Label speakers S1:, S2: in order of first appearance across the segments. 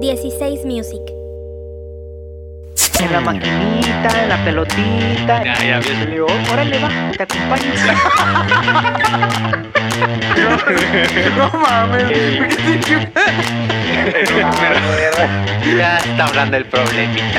S1: 16 Music.
S2: En la
S3: Mm.
S2: maquinita, en la pelotita.
S4: Ya, ya,
S2: Y le digo, órale, va, te acompaño. no, no mames.
S4: ya está hablando el problemita.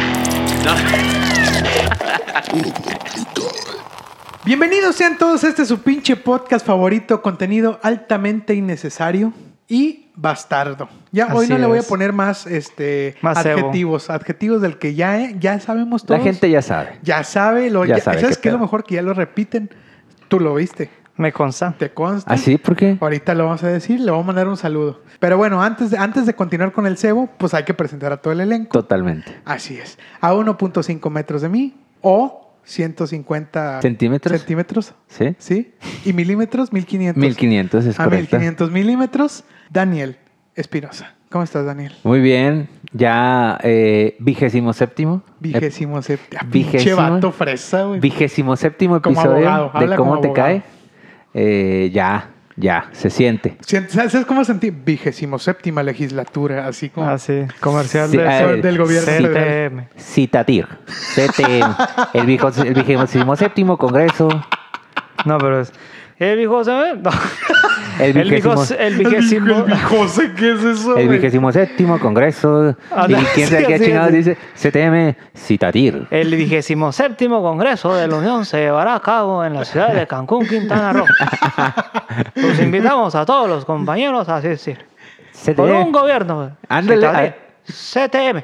S5: Bienvenidos sean todos a este su pinche podcast favorito, contenido altamente innecesario y bastardo. Ya hoy
S3: Así
S5: no le voy a
S3: es.
S5: poner más este
S3: Más cebo.
S5: adjetivos, adjetivos del que ya eh, ya sabemos todos.
S3: La gente Este ya sabe.
S5: ya sabe, lo,
S3: ya
S5: ya-
S3: sabe
S5: ¿sabes
S3: qué
S5: qué es lo
S3: pedo.
S5: mejor que ya lo repiten? Tú lo viste,
S3: Me consta.
S5: te consta.
S3: ¿Así? ¿Ah, ¿Por qué?
S5: Ahorita lo vamos a decir, le vamos a mandar un saludo. Pero bueno, antes de, antes de continuar con el cebo, pues hay que presentar a todo el elenco.
S3: Totalmente.
S5: Así es. A 1.5 metros de mí o 150
S3: ¿Centímetros?
S5: centímetros.
S3: ¿Sí?
S5: ¿Sí? ¿Y milímetros? 1500.
S3: 1500 es
S5: A
S3: correcto.
S5: 1500 milímetros, Daniel Espinosa. ¿Cómo estás, Daniel?
S3: Muy bien. Ya eh, vigésimo séptimo. ep-
S6: Eh,
S5: Vigésimo séptimo. Pinche
S3: vigésimo.
S5: vato fresa, güey.
S3: Vigésimo séptimo
S5: Como
S3: episodio
S5: abogado,
S3: de
S5: habla
S3: Cómo
S5: como
S3: te
S5: abogado.
S3: cae. Eh, ya, ya, se siente.
S5: Sientes- ¿Sabes cómo sentí? Vigésimo séptima legislatura, así como...
S6: Ah, sí. Comercial
S3: Sí,
S6: de-
S3: a ver,
S5: del gobierno
S6: CTM.
S5: federal.
S3: Citatir. CTM. el, vijo- el vigésimo séptimo congreso.
S6: No, pero es. El viejo, ¿sabes? No.
S3: El
S6: El
S3: vigésimo,
S6: viejo. El vigésimo.
S5: El José, ¿qué es eso,
S3: el
S5: güey?
S3: vigésimo séptimo congreso.
S6: Ah,
S3: y
S6: no,
S3: quién sabe
S6: sí,
S3: qué
S6: así,
S3: chingados
S6: así.
S3: dice. CTM. Citatir.
S6: El vigésimo séptimo congreso de la Unión se llevará a cabo en la ciudad de Cancún, Quintana Roo. Los invitamos a todos los compañeros a asistir. Con un gobierno.
S3: Ándale,
S6: Citadel. CTM.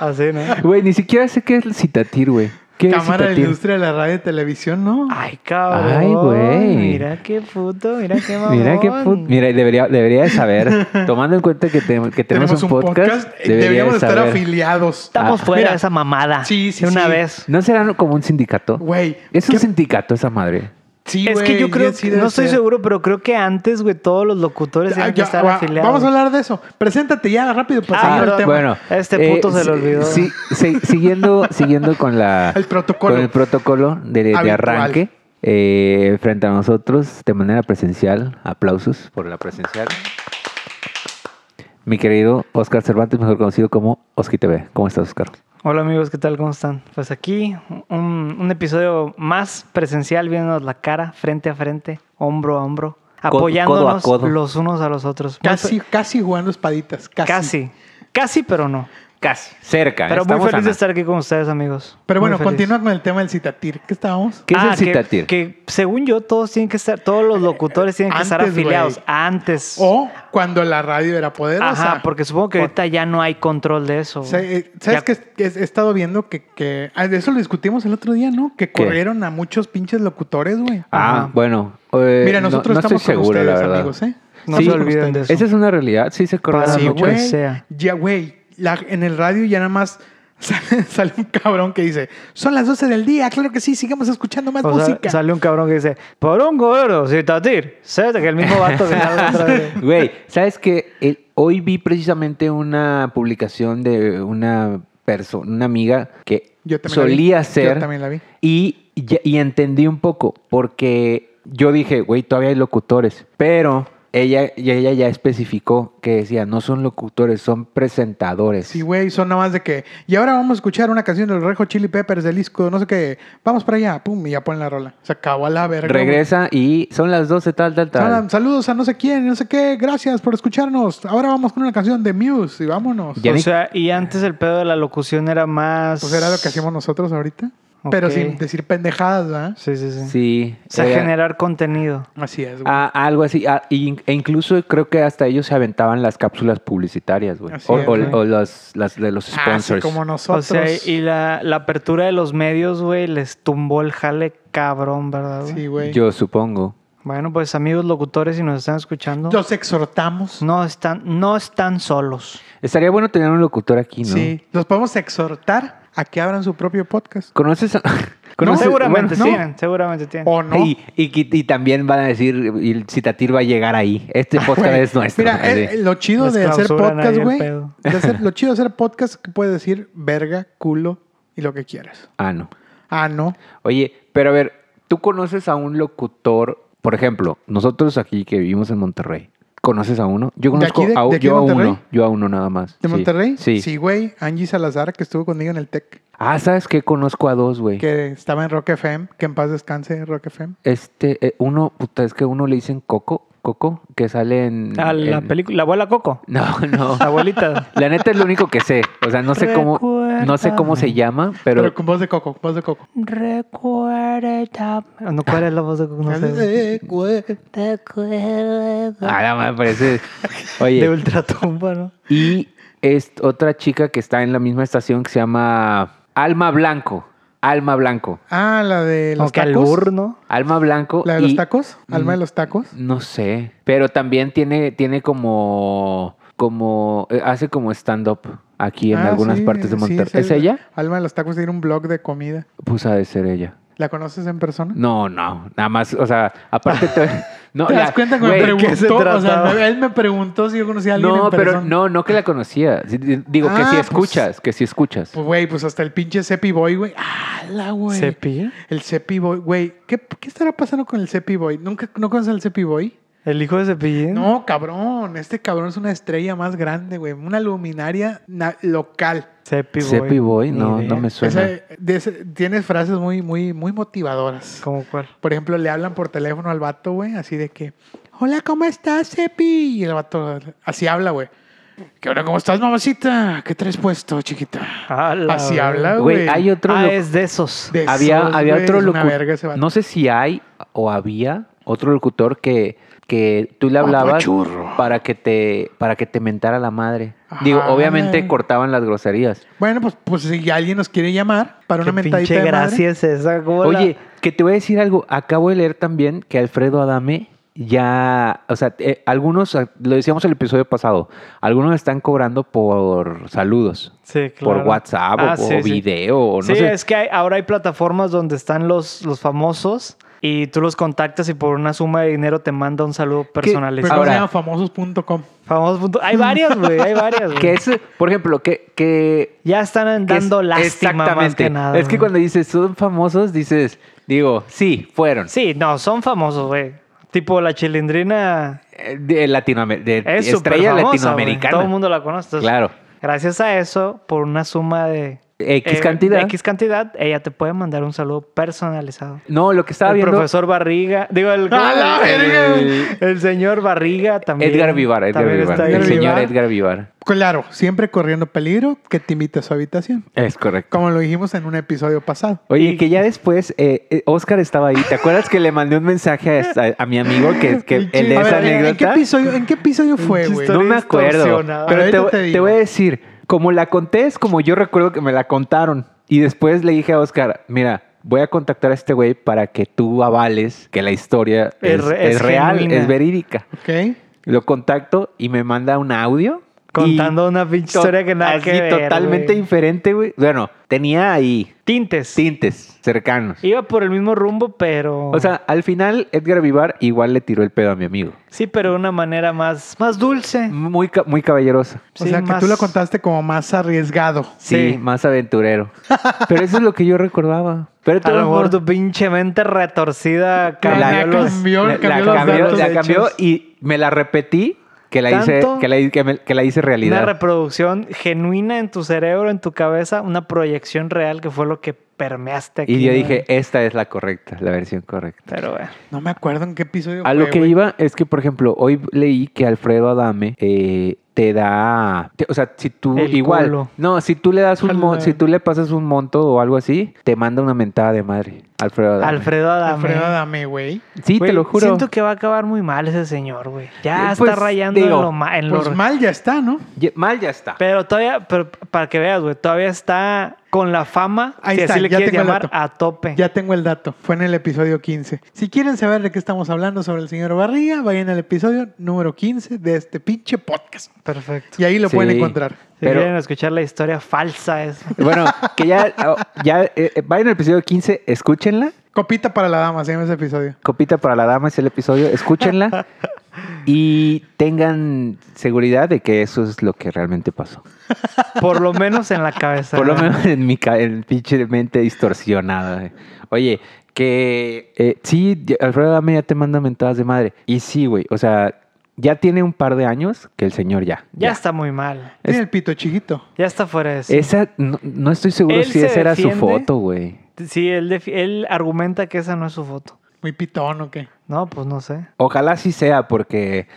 S6: Así, ¿no?
S3: Güey, ni siquiera sé qué es el citatir, güey. ¿Qué
S5: Cámara
S3: es
S5: de la
S3: citatir?
S5: Industria de la Radio y Televisión, ¿no?
S6: Ay, cabrón.
S3: Ay, güey.
S6: Mira qué puto, mira qué mamón.
S3: Mira qué put... Mira, debería, debería de saber, tomando en cuenta que, te- que tenemos, un podcast, debería de
S5: eh, Deberíamos estar
S3: saber.
S5: afiliados.
S6: Estamos
S5: Ah,
S6: fuera
S5: mira,
S6: de esa mamada.
S5: Sí, sí,
S6: De una
S5: sí.
S6: vez.
S3: ¿No será como un sindicato?
S5: Güey.
S3: Es un
S5: ¿qué-
S3: sindicato esa madre.
S5: Sí,
S6: es que
S5: güey,
S6: yo creo,
S5: sí, sí
S6: que-
S5: debe
S6: no estoy
S5: ser.
S6: seguro, pero creo que antes, güey, todos los locutores
S5: Ah,
S6: tenían que
S5: ya,
S6: estar
S5: va-
S6: afiliados.
S5: Vamos a hablar de eso. Preséntate ya rápido para
S6: Ah,
S5: seguir el
S6: perdón.
S5: tema.
S3: Bueno, eh,
S6: Este puto se
S3: sí-
S6: le olvidó.
S3: sí- sí- siguiendo, siguiendo con la
S5: El protocolo.
S3: con el protocolo de, de
S5: Habitual.
S3: arranque eh, frente a nosotros de manera presencial. Aplausos por la presencial. Mi querido Oscar Cervantes, mejor conocido como Oski TV. ¿Cómo estás, Oscar?
S6: Hola amigos, ¿qué tal? ¿Cómo están? Pues aquí un, un episodio más presencial, viéndonos la cara, frente a frente, hombro a hombro,
S3: Codo-
S6: apoyándonos
S3: codo a codo.
S6: los unos a los otros. Muy
S5: Casi,
S6: fe-
S5: casi jugando espaditas. Casi.
S6: casi, casi, pero no.
S3: Casi. Cerca.
S6: Pero
S3: estamos
S6: muy
S3: a
S6: feliz de
S3: nada.
S6: estar aquí con ustedes, amigos.
S5: Pero
S6: Muy
S5: bueno,
S6: feliz.
S5: continúa con el tema del citatir. ¿Qué estábamos?
S3: ¿Qué es
S6: Ah,
S3: el citatir?
S6: Que, que según yo, todos tienen que estar, todos los locutores tienen que estar
S5: Eh, Antes, güey.
S6: afiliados antes.
S5: O cuando la radio era poderosa.
S6: Ajá, porque supongo que ahorita ya no hay control de eso.
S5: Se- eh,
S6: Ya-
S5: ¿Sabes qué? Es- He estado viendo que, que... ah, de Eso lo discutimos el otro día, ¿no? Que
S3: ¿Qué?
S5: corrieron a muchos pinches locutores, güey.
S3: Ah,
S6: Ajá.
S3: bueno. eh,
S5: Mira,
S3: no-
S5: nosotros
S3: no
S5: estamos
S3: estoy
S5: con
S3: seguro, la
S5: ustedes,
S3: verdad.
S5: amigos, ¿eh?
S6: No
S3: Sí,
S6: se olviden de eso.
S3: Esa es una realidad, sí se acordaron
S6: Para
S5: Sí,
S6: lo
S3: mucho.
S6: que
S5: güey.
S6: sea.
S5: Ya, güey. La- En el radio ya nada más sale, sale un cabrón que dice, son las 12 del día, claro que sí, sigamos escuchando más
S6: O sea,
S5: música.
S6: sale un cabrón que dice, por un gobierno, citatir. Cédate que el mismo vato que habla otra vez.
S3: Güey, ¿sabes qué? El- hoy vi precisamente una publicación de una persona, una amiga que
S5: Yo también la vi.
S3: solía
S5: Yo
S3: ser
S5: también la vi.
S3: Y, ya- y entendí un poco porque yo dije, güey, todavía hay locutores, pero ella, y ella ya especificó que decía, no son locutores, son presentadores.
S5: Sí, güey, son nada más de que. Y ahora vamos a escuchar una canción del Rejo Chili Peppers del disco, no sé qué. Vamos para allá, pum, y ya ponen la rola. Se acabó a la verga. güey.
S3: Regresa y son las 12 tal, tal, tal.
S5: Sal- Saludos a no sé quién, no sé qué. Gracias por escucharnos. Ahora vamos con una canción de Muse y vámonos.
S3: Ya
S6: O
S3: ni-
S6: sea, y antes el pedo de la locución era más...
S5: Pues era lo que hacíamos nosotros ahorita. Pero
S6: Ok.
S5: sin decir pendejadas, ¿verdad?
S6: Sí, sí, sí.
S3: Sí.
S6: O sea,
S3: era-
S6: generar contenido.
S5: Así es, güey.
S3: Ah, algo así. Ah, y- e incluso creo que hasta ellos se aventaban las cápsulas publicitarias, güey.
S5: Así
S3: O,
S5: es,
S3: o-
S5: güey. Ah,
S3: o las, las de los
S5: Así
S3: sponsors.
S5: como nosotros.
S6: O sea, y la, la apertura de los medios, güey, les tumbó el jale cabrón, ¿verdad? güey?
S5: Sí, güey.
S3: Yo supongo.
S6: Bueno, pues amigos locutores, si nos están escuchando,
S5: Los exhortamos.
S6: no están, no están solos.
S3: Estaría bueno tener un locutor aquí, ¿no?
S5: Sí. Los podemos exhortar a que abran su propio podcast.
S3: ¿Conoces a- conoces-
S6: seguramente
S3: bueno,
S6: tienen, seguramente tienen.
S5: O no.
S3: Y, y, que- y también van a decir, y el Citatir va a llegar ahí. Este podcast
S5: Ah, Güey,
S3: es nuestro.
S5: Mira,
S3: Así.
S5: eh, lo chido
S6: Nos
S5: de hacer
S6: clausuran ahí
S5: podcast,
S6: el
S5: güey.
S6: pedo.
S5: de hacer- Lo chido de hacer podcast que puedes decir verga, culo y lo que quieras.
S3: Ah, no.
S5: Ah, no.
S3: Oye, pero a ver, tú conoces a un locutor, por ejemplo, nosotros aquí que vivimos en Monterrey, ¿Conoces a uno? Yo
S5: ¿De aquí
S3: conozco
S5: de-
S3: a,
S5: de
S3: u-
S5: aquí
S3: yo
S5: de
S3: a uno.
S5: Monterrey?
S3: Yo a uno nada más.
S5: ¿De
S3: Sí.
S5: Monterrey?
S3: Sí.
S5: Sí, güey. Angie Salazar, que estuvo conmigo en el TEC,
S3: Ah, ¿sabes qué? Conozco a dos, güey.
S5: que estaba en Rock FM, que en paz descanse Rock FM.
S3: Este, eh, uno, puta, es que uno le dicen Coco, Coco, que sale en...
S6: A Ah, la Ah,
S3: en-
S6: película, la abuela Coco,
S3: No, no.
S6: la abuelita.
S3: La neta es lo único que sé. O sea, no sé cómo, no sé cómo se llama,
S5: Pero,
S3: pero
S5: con voz de coco, voz de coco.
S6: Recuerda. No, ¿cuál es la voz de Coco? No sé.
S5: Eh, güey.
S3: a la madre parece.
S6: De
S3: Oye,
S6: ultratumba, ¿no?
S3: y es otra chica que está en la misma estación que se llama Alma Blanco. Alma Blanco.
S5: Ah, la de los
S6: Aunque al
S5: tacos.
S6: burno.
S3: Alma Blanco.
S5: La de los
S3: y- mm,
S5: tacos, alma de los tacos.
S3: No sé, pero también tiene, tiene como, como, eh, hace como stand-up aquí en
S5: Ah,
S3: algunas
S5: sí,
S3: partes de
S5: sí,
S3: Monterrey.
S5: el-
S3: ¿Es ella?
S5: Alma de los tacos tiene un blog de comida.
S3: Pues ha de ser ella.
S5: ¿La conoces en persona?
S3: No, no, nada más, o sea, aparte... te- no,
S5: ¿Te
S3: la-
S5: das cuenta que me
S3: güey,
S6: qué se
S5: preguntó? O
S6: trataba?
S5: sea, él me preguntó si yo conocía a alguien
S3: No,
S5: en persona.
S3: pero no, no que la conocía. Sí, di- Digo, que
S5: Ah,
S3: si
S5: pues-
S3: escuchas, que si escuchas.
S5: Pues, güey, pues hasta el pinche Cepi Boy, güey. ¡Hala, güey!
S6: ¿Se pilla?
S5: El Cepi Boy, güey. ¿Qué, qué estará pasando con el Cepi Boy? ¿Nunca, ¿No conoces al Cepi Boy?
S6: ¿El hijo de
S3: ¿Eh?
S6: Cepillín?
S5: No, cabrón. Este cabrón es una estrella más grande, güey. Una luminaria na- local.
S6: Cepi Boy.
S3: Cepi Boy,
S6: Ni
S3: no,
S6: idea.
S3: no me suena.
S5: Ese- de ese- tienes frases muy, muy, muy motivadoras.
S6: ¿Cómo cuál?
S5: Por ejemplo, le hablan por teléfono al vato, güey, así de que, hola, ¿cómo estás, Epi? Y el vato así habla, güey. ¿Qué hora, cómo estás, mamacita? ¿Qué traes puesto, chiquita?
S6: Ala,
S5: así
S6: güey.
S5: Ah, habla, güey.
S3: Güey, hay otro...
S6: Ah,
S3: loco-
S6: es de esos.
S5: De
S3: había,
S5: esos,
S3: había
S5: güey,
S3: otro
S5: es una
S3: locutor.
S5: verga ese vato.
S3: No sé si hay o había otro locutor que, que tú le
S5: Papá
S3: hablabas
S5: churro. Ah,
S3: para que te para que te mentara la madre.
S5: Ajá.
S3: Digo, obviamente cortaban las groserías.
S5: Bueno, pues, pues si alguien nos quiere llamar para
S6: Qué
S5: una mentadita
S6: pinche
S5: de
S6: gracia
S5: madre.
S6: es esa. ¿Cómo la-
S3: Oye, que te voy a decir algo. Acabo de leer también que Alfredo Adame ya, o sea, eh, algunos, ah, lo decíamos el episodio pasado, algunos están cobrando por saludos.
S6: Sí, claro.
S3: Por WhatsApp o-
S6: Ah,
S3: o,
S6: sí, sí.
S3: video o no
S6: sí,
S3: sé.
S6: es que hay- ahora hay plataformas donde están los, los famosos y tú los contactas y por una suma de dinero te manda un saludo
S5: Pero
S6: personalizado.
S5: pues, ¿cómo se
S3: Ahora-
S5: llama? famosos.com.
S6: Famosos punto- Hay varias, güey, hay varias. güey.
S3: Que es, por ejemplo, que, que
S6: Ya están
S3: que es-
S6: dando lástima más que nada.
S3: Es que
S6: güey.
S3: cuando dices son famosos, dices, digo, sí, fueron.
S6: Sí, no, son famosos, güey. Tipo la chilindrina
S3: Eh, De Latinoamer- de
S6: es
S3: estrella
S6: superfamosa, güey.
S3: latinoamericana.
S6: Todo el mundo la conoce. Entonces,
S3: Claro.
S6: Gracias a eso, por una suma de...
S3: X
S6: eh,
S3: cantidad.
S6: X cantidad, ella te puede mandar un saludo personalizado.
S3: No, lo que estaba
S6: el
S3: viendo.
S6: profesor Barriga, digo, el,
S5: ¡A la
S6: el-
S5: verga!
S6: el- el señor Barriga también.
S3: Edgar Vivar, Edgar
S6: también
S3: Vivar.
S6: está ahí.
S3: El
S5: Edgar
S3: señor
S5: Vivar.
S3: Edgar Vivar.
S5: Claro, siempre corriendo peligro que te invite a su habitación.
S3: Es correcto.
S5: Como lo dijimos en un episodio pasado.
S3: Oye, que ya después, eh, eh, Oscar estaba ahí. ¿Te acuerdas que le mandé un mensaje a, a- a mi amigo que, que el de
S5: A
S3: esa
S5: ver, ¿en qué
S3: anécdota?
S5: episodio, en qué episodio fue, güey?
S3: No me acuerdo.
S6: distorsionada.
S3: Pero
S5: Ahorita
S3: te,
S5: te digo.
S3: te voy a decir, como la conté es como yo recuerdo que me la contaron. Y después le dije a Oscar, mira, voy a contactar a este güey para que tú avales que la historia es,
S6: Es re-
S3: es
S6: es
S3: real,
S6: genuina.
S3: es verídica.
S5: Ok.
S3: Lo contacto y me manda un audio.
S6: Contando
S3: y
S6: una pinche
S3: to-
S6: historia que nada
S3: así
S6: que ver,
S3: totalmente
S6: güey.
S3: diferente, güey. Bueno, tenía ahí
S6: Tintes.
S3: tintes cercanos.
S6: Iba por el mismo rumbo, pero...
S3: O sea, al final Edgar Vivar igual le tiró el pedo a mi amigo.
S6: Sí, pero de una manera más, más dulce.
S3: Muy, ca- muy caballerosa.
S5: O
S6: Sí,
S5: sea, que
S6: más-
S5: tú lo contaste como más arriesgado.
S3: Sí,
S6: Sí.
S3: más aventurero. Pero eso es lo que yo recordaba. Pero de
S6: A
S3: todos
S6: lo mejor
S3: modos,
S6: tu pinche mente retorcida
S3: La-
S6: cambió los...
S5: cambió,
S3: la,
S5: cambió
S3: la
S5: los
S3: cambió,
S5: datos
S3: la
S5: hechos.
S3: cambió y me la repetí que la hice,
S6: Tanto-
S3: que la, hi- que me- que la hice
S6: Una
S3: realidad.
S6: reproducción genuina en tu cerebro, en tu cabeza, una proyección real que fue lo que permeaste aquí.
S3: Y yo
S6: güey.
S3: dije, esta es la correcta, la versión correcta.
S6: Pero bueno.
S5: No me acuerdo en qué episodio
S3: A
S5: fue,
S3: lo que
S5: güey.
S3: iba es que, por ejemplo, hoy leí que Alfredo Adame eh, te da, te- o sea, si tú
S6: El
S3: igual,
S6: culo.
S3: no, si tú le das un, mon-
S5: Ojalá.
S3: si tú le pasas un monto o algo así, te manda una mentada de madre, Alfredo Adame.
S6: Alfredo Adame.
S5: Alfredo Adame, güey.
S3: Sí,
S6: Güey,
S3: te lo juro.
S6: Siento que va a acabar muy mal ese señor, güey. Ya
S3: Eh,
S6: está
S3: pues,
S6: rayando
S3: digo,
S6: en lo ma- en lo-
S5: Pues mal ya está, ¿no?
S3: Ye- Mal ya está.
S6: Pero todavía, pero para que veas, güey, todavía está con la fama,
S5: Ahí
S6: si
S5: está,
S6: así le
S5: ya
S6: quieres
S5: tengo el
S6: llamar,
S5: dato.
S6: a tope.
S5: Ya tengo el dato. Fue en el episodio 15. Si quieren saber de qué estamos hablando sobre el señor Barriga, vayan al episodio número 15 de este pinche podcast.
S6: Perfecto.
S5: Y ahí lo
S3: Sí.
S5: pueden encontrar.
S6: Si
S3: Pero-
S6: quieren escuchar la historia falsa, es
S3: Bueno, que ya, oh, ya eh, eh, vayan al episodio 15, escúchenla.
S5: Copita para la dama, se llama ese episodio.
S3: Copita para la dama es el episodio, escúchenla y tengan seguridad de que eso es lo que realmente pasó.
S6: por lo menos en la cabeza.
S3: Por lo
S6: güey.
S3: menos en mi ca- en pinche mente distorsionada. güey. Oye, eh, que eh, sí, ya- Alfredo Adame ya te manda mentadas de madre. Y sí, güey, o sea, ya tiene un par de años que el señor ya.
S6: Ya, está muy mal.
S5: Tiene el pito chiquito.
S6: Ya está fuera de sí.
S3: Esa, no, no estoy seguro
S6: Él
S3: si
S6: se
S3: esa era su
S6: defiende.
S3: foto, güey.
S6: Sí, él, defi- él argumenta que esa no es su foto.
S5: Muy pitón o qué.
S6: No, pues no sé.
S3: Ojalá sí sea, porque.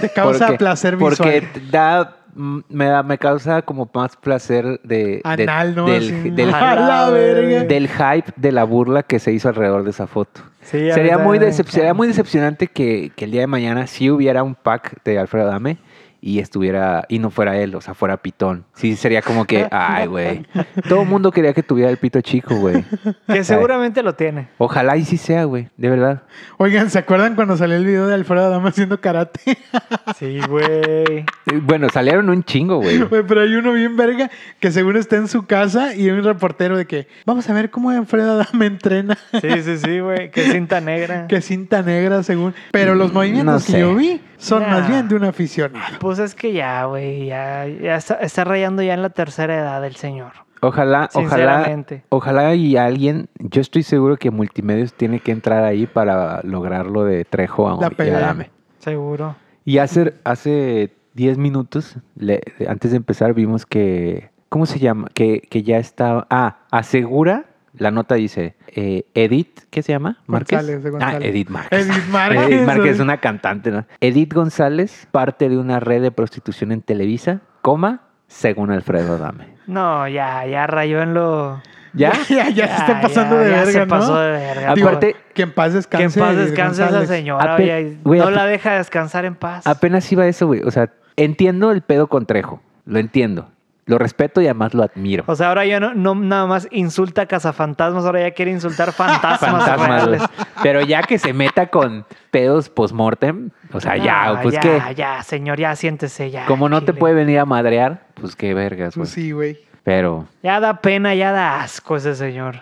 S5: Te causa
S3: porque-
S5: placer visual.
S3: Porque da, mm, me, da, me causa como más placer de. de-
S5: Anal, ¿no? Así.
S3: Del, del-
S5: A la verga.
S3: del hype de la burla que se hizo alrededor de esa foto.
S6: Sí, a
S3: sería,
S6: mí
S3: muy
S6: también.
S3: decep- sería muy decepcionante que, que el día de mañana sí hubiera un pack de Alfredo Dame y estuviera y no fuera él, o sea, fuera Pitón. Sí, sería como que, ay, güey. Todo el mundo quería que tuviera el pito chico, güey.
S6: Que seguramente lo tiene.
S3: Ojalá y sí sea, güey, de verdad.
S5: Oigan, ¿se acuerdan cuando salió el video de Alfredo Adama haciendo karate?
S6: Sí, güey.
S3: Eh, Bueno, salieron un chingo, güey.
S5: Güey, pero hay uno bien verga que seguro está en su casa y hay un reportero de que vamos a ver cómo Alfredo Adame entrena.
S6: Sí, sí, sí, güey. Qué cinta negra.
S5: que cinta negra según. Pero los
S3: Mm,
S5: movimientos
S3: no
S5: que
S3: sé.
S5: yo vi son
S6: Nah.
S5: más bien de un aficionado.
S6: Pues es que ya, güey. Ya, ya está, está rayando ya en la tercera edad el señor.
S3: Ojalá, ojalá,
S6: Sinceramente.
S3: ojalá y alguien, yo estoy seguro que Multimedios tiene que entrar ahí para lograr lo de Trejo a-
S5: La
S3: y
S5: pelea.
S3: Adame.
S6: Seguro.
S3: Y hace, hace 10 minutos, le- antes de empezar, vimos que, ¿cómo se llama? Que, que ya estaba, ah, asegura, la nota dice, eh, Edith, ¿qué se llama?
S5: González, de
S3: Ah,
S5: González.
S3: Edith Márquez.
S5: Edith Márquez.
S3: Edith Márquez es una cantante, ¿no? Edith González, parte de una red de prostitución en Televisa, coma, según Alfredo Dame.
S6: No, ya, ya rayó en lo. Ah,
S3: ¿Ya?
S5: Ya, ya se está pasando
S6: ya,
S5: de
S6: ya
S5: verga,
S6: se
S5: ¿no?
S6: pasó de verga.
S5: Digo,
S3: Aparte-
S5: que en paz
S6: Que en
S5: descanse.
S6: paz
S5: Edith
S6: descanse esa
S5: González.
S6: señora,
S3: Ape-
S6: oye,
S3: güey,
S6: no
S3: ape-
S6: la deja descansar en paz.
S3: Apenas iba eso, güey. O sea, entiendo el pedo con Trejo, lo entiendo. Lo respeto y además lo admiro.
S6: O sea, ahora ya no, no nada más insulta a cazafantasmas, ahora ya quiere insultar fantasmas,
S3: Ah, fantasmas.
S6: reales.
S3: güey. Pero ya que se meta con pedos postmortem, o sea, ya,
S6: Ah,
S3: pues
S6: ya,
S3: que
S6: Ya, señor, ya siéntese ya.
S3: como no te
S6: chile.
S3: puede venir a madrear, pues qué vergas, güey.
S5: Pues sí, güey.
S3: Pero
S6: Ya da pena, ya da asco ese señor.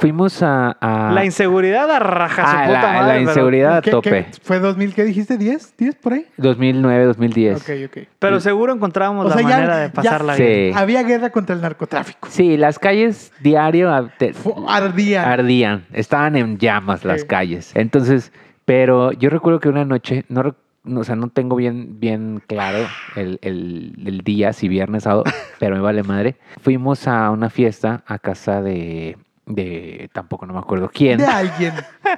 S3: fuimos a, a-
S6: La inseguridad arraja
S3: a
S6: su
S3: la,
S6: puta
S3: Ah. la
S6: madre, pero-
S3: inseguridad a
S5: ¿Qué-
S3: tope.
S5: qué ¿Fue 2000? ¿Qué dijiste? ¿10? ¿10 por ahí?
S3: 2009, 2010.
S5: Ok, ok.
S6: Pero, seguro encontrábamos
S5: O
S6: la
S5: sea, ya-
S6: manera de
S5: ya-
S6: pasarla
S3: Sí.
S6: bien.
S3: Eh.
S5: Había guerra contra el narcotráfico.
S3: Sí, las calles diario a- te-
S5: Fu- Ardía.
S3: ardían, estaban en llamas las
S5: Sí.
S3: calles. Entonces, pero yo recuerdo que una noche, no, rec- no, o sea, no tengo bien, bien claro el, el- el día, si viernes, sábado, pero me vale madre. Fuimos a una fiesta a casa de, de tampoco no me acuerdo quién.
S5: de alguien.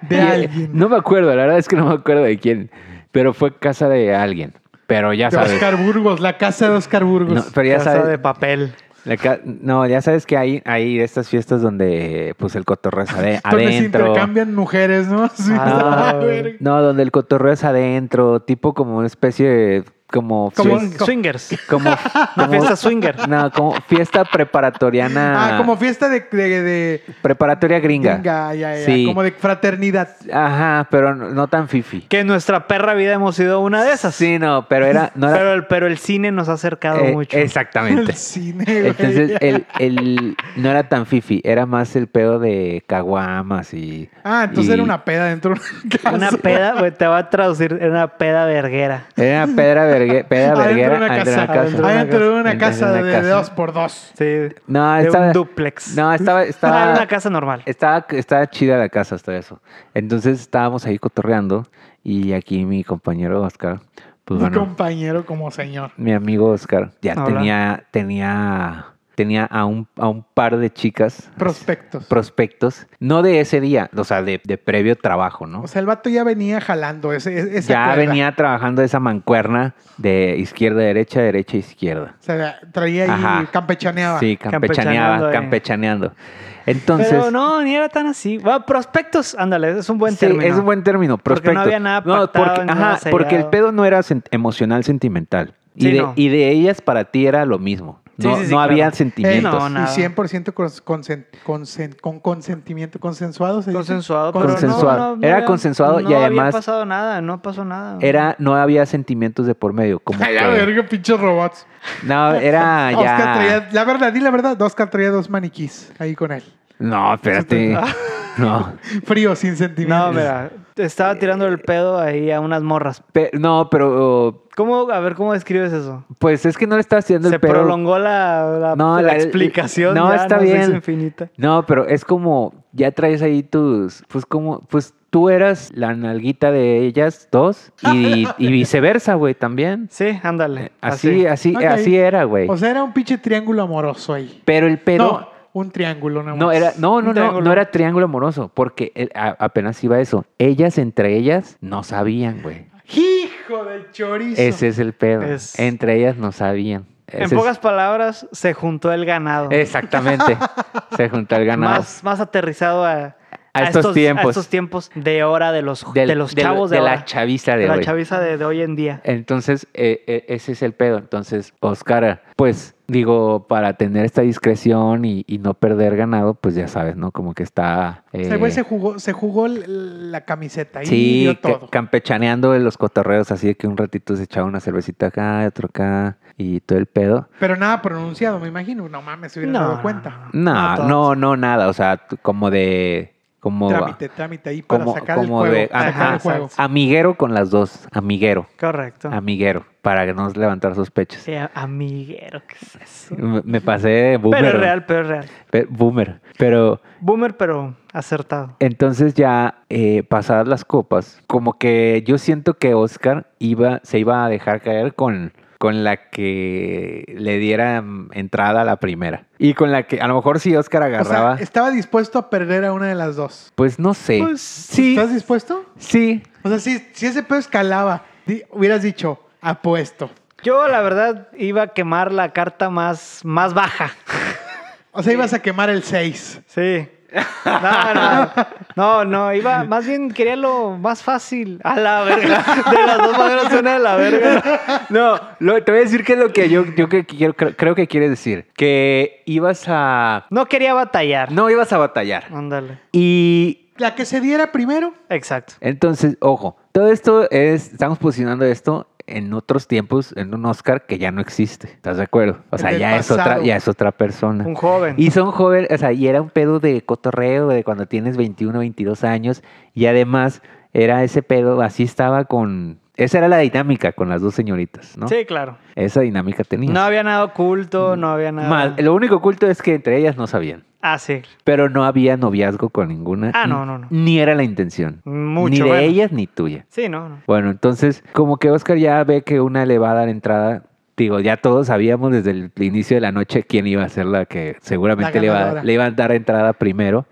S5: De
S3: Y, eh,
S5: alguien.
S3: No me acuerdo, la verdad es que no me acuerdo de quién, pero fue casa de alguien. Pero ya
S5: de
S3: sabes.
S5: Oscar Burgos, la casa de pues, Oscar Burgos.
S3: no, pero ya
S6: Casa
S3: sabes,
S6: de papel.
S3: la ca- no, ya sabes que hay, hay estas fiestas donde pues el cotorreo es ade-
S5: Donde se
S3: adentro.
S5: intercambian mujeres, ¿no? Sí,
S6: Ah,
S5: a ver.
S3: No, donde el cotorreo es adentro, tipo como una especie de. Como.
S5: Como-
S3: fies-
S6: Swingers.
S3: como-
S6: Una
S3: como-
S6: fiesta swinger.
S3: No, como fiesta preparatoriana.
S5: Ah, como fiesta de, de, de
S3: Preparatoria gringa.
S5: gringa, ya, ya,
S3: Sí.
S5: como de fraternidad.
S3: Ajá, pero no, no tan fifi.
S6: Que en nuestra perra vida hemos sido una de esas.
S3: Sí, no, pero era. No era
S6: pero, el, pero el cine nos ha acercado
S3: eh,
S6: mucho.
S3: Exactamente.
S5: El cine, güey.
S3: Entonces, el, el- no era tan fifi, era más el pedo de caguamas y.
S5: Ah, entonces
S3: y-
S5: era una peda dentro de una casa.
S6: Una peda, güey, te va a traducir en una peda verguera.
S3: Era una pedra vergue- peda verguera adentro de una casa.
S5: Adentro de una casa, Adentro de una
S3: Adentro de
S5: casa
S3: una
S5: de,
S3: casa.
S5: dos por dos.
S6: Sí. De
S3: No,
S6: un
S3: Ah, estaba.
S6: duplex.
S3: No, estaba.
S6: Ah,
S3: estaba
S6: era una casa normal.
S3: Estaba, estaba chida la casa hasta eso. Entonces estábamos ahí cotorreando y aquí mi compañero Oscar, pues
S5: Mi
S3: bueno,
S5: compañero como señor.
S3: mi amigo Oscar ya
S6: Hola.
S3: tenía tenía tenía a un, a un par de chicas
S5: Prospectos.
S3: prospectos, no de ese día, o sea, de, de previo trabajo, ¿no?
S5: O sea, el vato ya venía jalando ese, e- esa
S3: ya
S5: cuerda.
S3: venía trabajando esa mancuerna de izquierda, derecha, derecha, izquierda.
S5: O sea, traía ahí,
S3: Ajá.
S5: campechaneaba.
S3: Sí,
S6: Campechaneando
S3: campechaneaba,
S6: ahí.
S3: campechaneando. Entonces,
S6: Pero no, ni era tan así. Va, prospectos, ándale, es un buen
S3: Sí,
S6: término.
S3: es un buen término,
S6: Porque
S3: prospecto.
S6: no había nada pactado,
S3: porque,
S6: ni
S3: ajá,
S6: nada sellado.
S3: porque el pedo no era sen- emocional, sentimental. Y,
S6: Sí,
S3: de,
S6: no.
S3: y de ellas para ti era lo mismo.
S6: Sí,
S3: No,
S6: sí, sí,
S3: no
S6: claro.
S3: había
S6: Eh,
S5: Eh,
S3: sentimientos.
S6: no,
S5: y
S6: nada.
S5: 100% cons- consen- consen- con consentimiento consensuado. ¿se dice?
S6: Consensuado, pero
S3: Consensuado.
S6: no, no, no
S3: Era
S6: había-
S3: consensuado y
S6: No había
S3: además-
S6: pasado nada, no pasó nada.
S3: Era, no había sentimientos de por medio. Como
S5: Ay, la
S3: que-
S5: verga, pinches robots.
S3: no, era
S5: Oscar
S3: Ah, ya.
S5: traía, la verdad, di la verdad, Oscar traía dos maniquís ahí con él.
S3: No, espérate. No.
S5: Frío, sin sentimiento.
S6: No, mira, estaba tirando el pedo ahí a unas morras.
S3: Pe- no, pero
S6: ¿Cómo, a ver, cómo describes eso?
S3: pues es que no le estaba haciendo
S6: Se
S3: el pedo.
S6: prolongó la, la-
S3: No,
S6: la
S3: la-
S6: explicación.
S3: no,
S6: ya
S3: está
S6: nos hizo
S3: bien.
S6: infinita.
S3: No, pero es como ya traes ahí tus, pues como, pues tú eras la nalguita de ellas dos y, y viceversa, güey, también.
S6: Sí, ándale.
S3: Eh, Así, así,
S5: Ok.
S3: así era, güey.
S5: O sea, era un pinche triángulo amoroso ahí.
S3: Pero el pedo...
S5: no, un triángulo nada
S3: No,
S5: más.
S3: era, no,
S6: Un
S3: no, no,
S6: triángulo.
S3: no era triángulo amoroso, porque eh, a- apenas iba eso. Ellas entre ellas no sabían, güey.
S5: ¡Hijo del chorizo!
S3: Ese es el pedo.
S6: Es-
S3: Entre ellas no sabían. Ese
S6: En
S3: es-
S6: pocas palabras, se juntó el ganado.
S3: Exactamente. Se juntó el ganado.
S6: Más, más aterrizado a,
S3: A estos tiempos.
S6: a estos tiempos de ahora de los,
S3: Del-
S6: de los
S3: del-
S6: chavos de,
S3: de,
S6: ahora.
S3: la chaviza de,
S6: de la
S3: hoy.
S6: chaviza de, de hoy en día.
S3: Entonces, eh, eh, ese es el pedo. Entonces, Oscar, pues digo, para tener esta discreción y, y no perder ganado, pues ya sabes, ¿no? Como que está...
S5: O sea, güey,
S3: eh,
S5: se jugó, se jugó l- la camiseta y
S3: Sí,
S5: dio
S3: ca-
S5: todo.
S3: campechaneando en los cotorreos, así de que un ratito se echaba una cervecita acá, otro acá y todo el pedo.
S5: Pero nada pronunciado, me imagino. No mames, se hubieran
S6: No,
S5: dado cuenta.
S3: No,
S6: todos.
S3: no, no, nada, o sea, t- como de... Como
S5: Trámite, trámite ahí para
S3: como-
S5: sacar
S3: como
S5: el
S3: de-
S5: juego. sacar
S3: ajá.
S5: el juego.
S3: amiguero con las dos, amiguero,
S6: Correcto.
S3: amiguero, para no levantar sospechas.
S6: Sí, a- amiguero, ¿qué es eso?
S3: Me me pasé de boomer.
S6: Pero es real, pero es real.
S3: pe- boomer. Pero
S6: Boomer, pero acertado.
S3: entonces ya eh, pasadas las copas, como que yo siento que Oscar iba, se iba a dejar caer con, con la que le diera mm, entrada a la primera. Y con la que a lo mejor si Oscar
S5: O sea,
S3: agarraba,
S5: estaba dispuesto a perder a una de las dos.
S3: pues no sé.
S6: Pues,
S3: sí,
S5: ¿Estás dispuesto?
S3: sí.
S5: O sea, si, si ese pedo escalaba, di- hubieras dicho, apuesto.
S6: Yo, la verdad, iba a quemar la carta más, más baja.
S5: O sea, ibas a quemar el 6.
S6: Sí. No, no, no, no, iba, más bien quería lo más fácil. A la verga. De las dos maneras suena de la verga.
S3: No, lo- te voy a decir que es lo que yo, yo que quiero- creo, creo que quieres decir. Que ibas a...
S6: No quería batallar.
S3: No ibas a batallar.
S6: Ándale.
S3: Y
S5: La que se diera primero,
S6: Exacto.
S3: Entonces, ojo, todo esto es, estamos posicionando esto en otros tiempos, en un Oscar que ya no existe. ¿Estás de acuerdo? O
S5: El
S3: sea,
S5: del
S3: ya es,
S5: pasado.
S3: otra, ya es otra persona.
S6: Un joven.
S3: Y son jóvenes, o sea, y era un pedo de cotorreo de cuando tienes 21, 22 años. Y además era ese pedo, así estaba con... Esa era la dinámica con las dos señoritas, ¿no? Mm.
S6: Sí, claro.
S3: Esa dinámica tenía.
S6: No había nada oculto, no había nada.
S3: Más, lo único oculto es que entre ellas no sabían.
S6: Ah, sí.
S3: Pero no había noviazgo con ninguna.
S6: Ah, no, no, no.
S3: Ni era la intención.
S6: Mucho.
S3: ni de
S6: bueno.
S3: ellas ni tuya.
S6: Sí, no, no.
S3: Bueno, entonces, como que Oscar ya ve que una elevada la entrada, digo, ya todos sabíamos desde el inicio de la noche quién iba a ser la que seguramente
S5: La
S3: le iba,
S5: ganadora.
S3: le iba a dar entrada primero.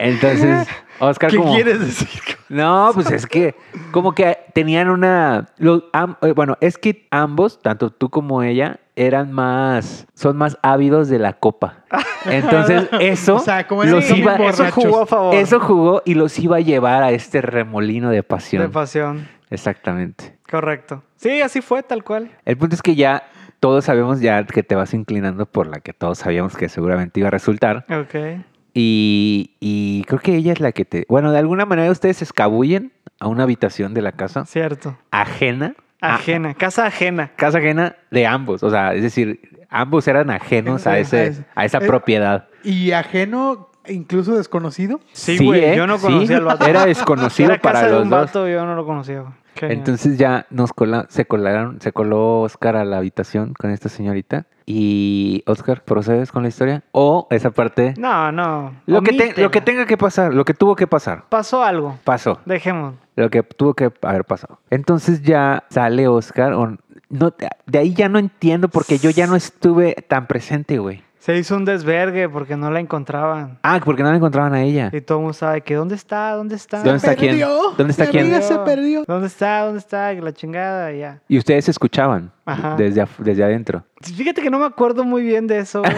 S3: Entonces, Oscar como...
S6: decir?
S3: No, pues es que como que tenían una... los am- eh, bueno, es que ambos, tanto tú como ella, eran más... Son más ávidos de la copa. Entonces, eso...
S5: O sea, como eran
S3: los
S5: también
S3: iba-
S5: borrachos.
S6: Eso jugó a favor.
S3: eso jugó y los iba a llevar a este remolino de pasión.
S6: De pasión.
S3: Exactamente.
S6: Correcto. Sí, así fue, tal cual.
S3: El punto es que ya todos sabemos ya que te vas inclinando por la que todos sabíamos que seguramente iba a resultar.
S6: Ok.
S3: Y, y creo que ella es la que te... Bueno, de alguna manera ustedes se escabullen a una habitación de la casa
S6: Cierto.
S3: ajena. a-
S6: Ajena. Casa ajena.
S3: casa ajena de ambos. O sea, es decir, ambos eran ajenos a,
S5: Ajenos a
S3: ese,
S5: ese.
S3: a esa
S5: Eh,
S3: propiedad.
S5: y ajeno, incluso desconocido.
S6: Sí, güey.
S3: ¿eh?
S6: Yo no
S3: Sí,
S6: conocía al vato.
S3: Era desconocido
S6: Era
S3: para
S6: casa de
S3: los
S6: un
S3: dos.
S6: vato, yo no lo conocía. güey. Genial.
S3: Entonces ya nos cola- se colaron, se coló Oscar a la habitación con esta señorita. Y Oscar, ¿procedes con la historia? O esa parte.
S6: No, no.
S3: lo, que te-
S6: omítela.
S3: lo que tenga que pasar, lo que tuvo que pasar,
S6: Pasó algo.
S3: pasó.
S6: Dejemos.
S3: Lo que tuvo que haber pasado. Entonces ya sale Oscar. o no, de ahí ya no entiendo porque yo ya no estuve tan presente, güey.
S6: Se hizo un desvergue porque no la encontraban.
S3: Ah, porque no la encontraban a ella.
S6: Y todo el mundo sabe que ¿dónde está? ¿Dónde está?
S3: Ah. ¿Dónde está quién?
S5: perdió.
S3: ¿Dónde está
S5: Mi
S3: quién?
S5: amiga se perdió.
S6: ¿Dónde está? ¿Dónde está? Que La chingada, ya.
S3: Y ustedes se escuchaban
S6: Ajá.
S3: desde, af- desde adentro.
S6: Fíjate que no me acuerdo muy bien de eso, güey.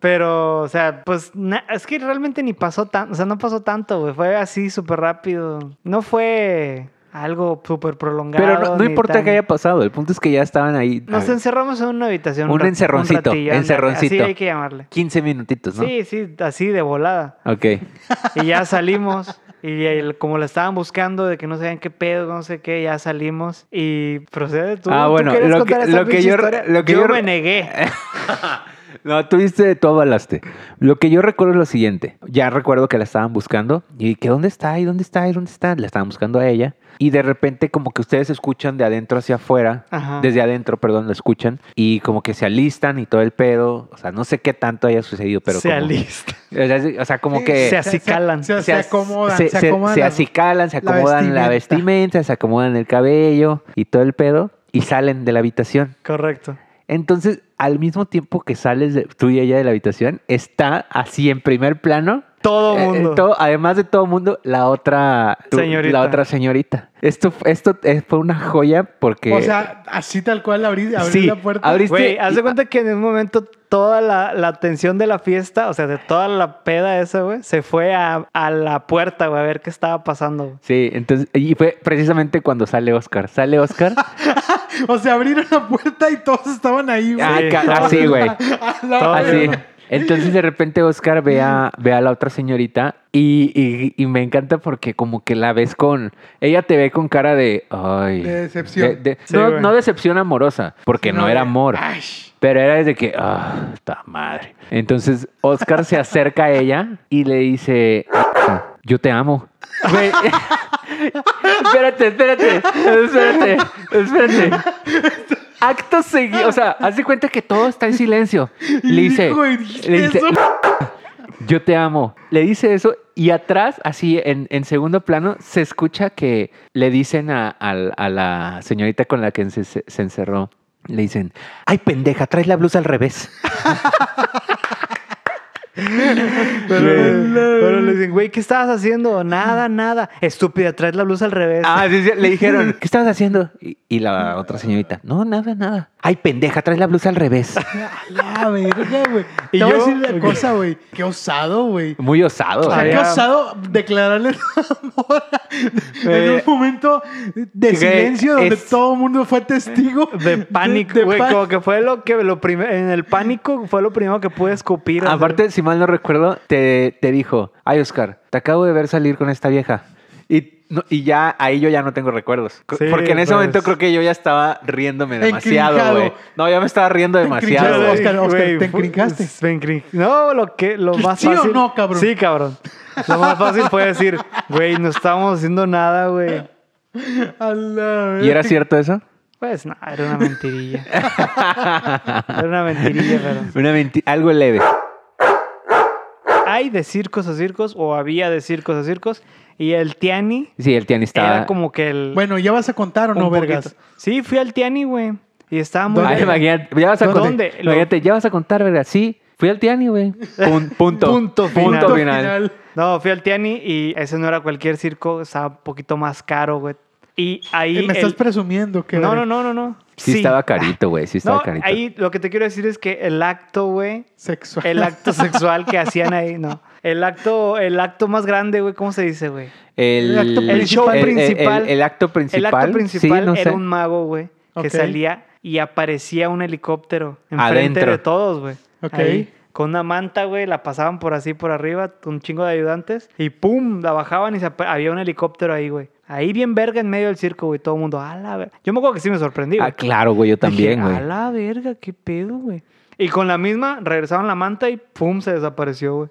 S6: Pero, o sea, pues na- es que realmente ni pasó tanto, o sea, no pasó tanto, güey. Fue así súper rápido. No fue algo súper prolongado.
S3: Pero no, no
S6: ni
S3: importa
S6: tan-
S3: que haya pasado, el punto es que ya estaban ahí. a
S6: Nos
S3: ver,
S6: encerramos en una habitación.
S3: Un
S6: rat-
S3: encerroncito,
S6: ándale,
S3: encerroncito.
S6: Así hay que llamarle.
S3: 15 minutitos, ¿no?
S6: Sí, sí, así de volada.
S3: Ok.
S6: Y ya salimos. Y el- como la estaban buscando, de que no sabían qué pedo, no sé qué, ya salimos. Y procede tú.
S3: Ah,
S6: ¿tú
S3: bueno,
S6: quieres
S3: lo
S6: contar
S3: que-
S6: esa
S3: lo que
S6: pinche
S3: yo- Eh,
S6: historia?
S3: lo que
S6: yo
S3: yo-
S6: me negué.
S3: No, tuviste de todo balaste. Lo que yo recuerdo es lo siguiente. Ya recuerdo que la estaban buscando y que dónde está, y dónde está, y dónde está. La estaban buscando a ella. Y de repente como que ustedes escuchan de adentro hacia afuera,
S5: Ah.
S6: Ajá.
S3: desde adentro, perdón, lo escuchan. Y como que se alistan y todo el pedo. O sea, no sé qué tanto haya sucedido, pero...
S6: se
S3: como-
S6: alista.
S3: o sea, o sea, como que...
S6: Se acicalan.
S5: Se, se- se acomodan.
S3: se,
S5: Se,
S3: se-
S5: acomodan.
S3: se
S5: las-
S3: acicalan, se
S5: la
S3: acomodan la vestimenta.
S5: vestimenta.
S3: se acomodan el cabello y todo el pedo y salen de la habitación.
S6: Correcto.
S3: Entonces, al mismo tiempo que sales de- tú y ella de la habitación, está así en primer plano.
S6: Todo
S3: eh, eh,
S6: mundo.
S3: todo- además de todo mundo, la otra tu-
S6: Señorita.
S3: La otra señorita. Esto, esto eh, fue una joya porque.
S5: O sea, así tal cual abrí, abrí
S3: Sí,
S5: la puerta.
S3: abriste-
S6: Güey, haz de cuenta que en un momento toda la, la atención de la fiesta, o sea, de toda la peda esa, güey, se fue a, a la puerta, güey, a ver qué estaba pasando. güey.
S3: Sí, entonces, y fue precisamente cuando sale Oscar. Sale Oscar.
S5: O sea, abrieron la puerta y todos estaban ahí, güey.
S3: Ah, ca-
S6: todos.
S3: así, güey.
S5: A la
S6: Todos.
S5: verga.
S3: Así.
S6: Obvio.
S3: Entonces de repente Oscar ve a, ve a la otra señorita y, y- y me encanta porque como que la ves con... Ella te ve con cara de... Ay,
S5: De decepción.
S3: de- de-
S6: Sí,
S3: no,
S6: güey.
S3: no decepción amorosa, porque no,
S5: No,
S3: era
S5: güey.
S3: amor.
S5: Ay.
S3: Pero era desde que... Ah, ta madre. Entonces Oscar se acerca a ella y le dice... Yo te amo. Güey. espérate, espérate, espérate, espérate. Acto seguido, o sea, haz de cuenta que todo está en silencio. Le dice,
S5: Hijo, ¿y dijiste
S3: le dice,
S5: eso?
S3: yo te amo. Le dice eso y atrás, así en, en segundo plano, se escucha que le dicen a, al- a la señorita con la que se, se encerró, le dicen, ay pendeja, traes la blusa al revés.
S6: Pero, pero le dicen, güey, ¿qué estabas haciendo? Nada, nada. Estúpida, traes la blusa al revés.
S3: Ah, sí, sí, le dijeron, ¿qué estabas haciendo? Y, y la otra señorita, no, nada, nada. Ay pendeja, traes la blusa al revés.
S5: A la verga, güey.
S6: Y
S5: Te voy a
S6: yo-
S5: decir una cosa, güey. Qué osado, güey.
S3: Muy osado.
S5: O sea,
S3: ¿eh?
S5: qué
S6: Había-
S5: osado declararle amor en un
S6: Eh,
S5: momento de
S3: güey,
S5: silencio donde
S3: es-
S5: todo el mundo fue testigo.
S6: De pánico,
S5: de
S6: güey.
S5: pan-
S6: Como que fue lo que lo primero. En el pánico fue lo primero que pude escupir. así.
S3: Aparte, si mal no recuerdo, te, te dijo, ay Oscar, te acabo de ver salir con esta vieja. Y, no- y ya ahí yo ya no tengo recuerdos. Co-
S6: Sí,
S3: porque en ese
S6: pues.
S3: momento creo que yo ya estaba riéndome demasiado,
S5: Encrinjado.
S3: güey. No, ya me estaba riendo
S5: Ya,
S3: demasiado.
S5: Encrinjado.
S6: Yo le
S3: güey.
S5: Oscar,
S6: dije,
S5: Oscar,
S6: güey,
S5: ¿te
S6: fu-
S5: encrincaste?
S6: Me encrin- No, lo que lo
S5: ¿Sí
S6: más
S5: o
S6: fácil.
S5: no, cabrón?
S6: Sí, cabrón. Lo más fácil fue decir, güey, no estábamos haciendo nada, güey.
S5: A la verga.
S3: ¿Y era cierto eso?
S6: Pues no, era una mentirilla. era una mentirilla, pero.
S3: Una menti- algo leve.
S6: Hay de circos a circos, o había de circos a circos, y el Tiani
S3: Sí, el tian estaba...
S6: era como que el.
S5: Bueno, ¿ya vas a contar o
S6: un
S5: no, vergas?
S6: poquito. Sí, fui al Tiani, güey. Y estaba muy.
S3: Ay,
S6: verga.
S3: imagínate, ya vas a contar.
S6: ¿Dónde?
S3: Imagínate, ya vas a contar, ¿verdad? Sí, fui al tiani, güey. Pun- punto.
S6: Punto final.
S3: Punto
S6: Punto
S3: final.
S6: No, fui al Tiani y ese no era cualquier circo, estaba un poquito más caro, güey. Y ahí.
S5: Eh, Me estás
S6: el-
S5: presumiendo que.
S6: No, no, no, no, no.
S3: Sí, estaba carito, güey. Sí estaba
S6: No,
S3: carito.
S6: ahí lo que te quiero decir es que el acto, güey,
S5: Sexual.
S6: el acto sexual que hacían ahí, no. El acto, el acto más grande, güey, ¿cómo se dice, güey?
S3: El,
S5: acto
S6: principal. principal.
S3: El, el acto principal.
S6: El acto principal
S3: sí, no
S6: era
S3: sé.
S6: un mago, güey, que
S5: Ok.
S6: salía y aparecía un helicóptero enfrente
S3: Adentro.
S6: de todos, güey.
S5: Ok.
S6: Ahí, Con una manta, güey, la pasaban por así, por arriba, un chingo de ayudantes. Y pum, la bajaban y se ap- había un helicóptero ahí, güey. Ahí bien verga en medio del circo, güey. Todo el mundo, a la verga. Yo me acuerdo que sí me sorprendí, güey.
S3: Ah, claro, güey, yo también,
S6: Dije, A
S3: güey.
S6: la verga, qué pedo, güey. Y con la misma regresaron la manta y pum, se desapareció, güey.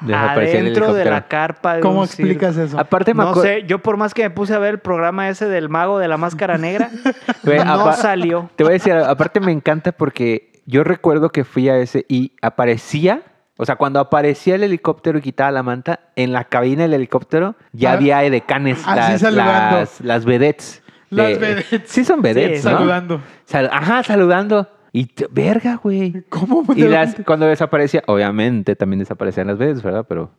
S3: Desapareció el
S6: Adentro de la
S3: helicóptero.
S6: carpa de
S5: ¿Cómo
S6: un circo.
S5: explicas eso?
S3: Aparte, me
S6: No
S3: acuer-
S6: sé, yo por más que me puse a ver el programa ese del mago de la máscara negra,
S3: Güey,
S6: no
S3: apa-
S6: salió.
S3: Te voy a decir, algo, aparte me encanta porque yo recuerdo que fui a ese y aparecía, o sea, cuando aparecía el helicóptero y quitaba la manta, en la cabina del helicóptero ya
S5: Ah,
S3: había edecanes,
S5: así
S3: las,
S5: saludando.
S3: las, las vedettes.
S5: Las
S3: de-
S5: vedettes.
S3: Sí son vedettes,
S6: Sí,
S3: ¿no?
S5: Saludando.
S3: Sal- Ajá, saludando. Y te- verga, güey.
S5: ¿Cómo?
S3: Y las, cuando desaparecía, obviamente también desaparecían las vedettes, ¿verdad? Pero...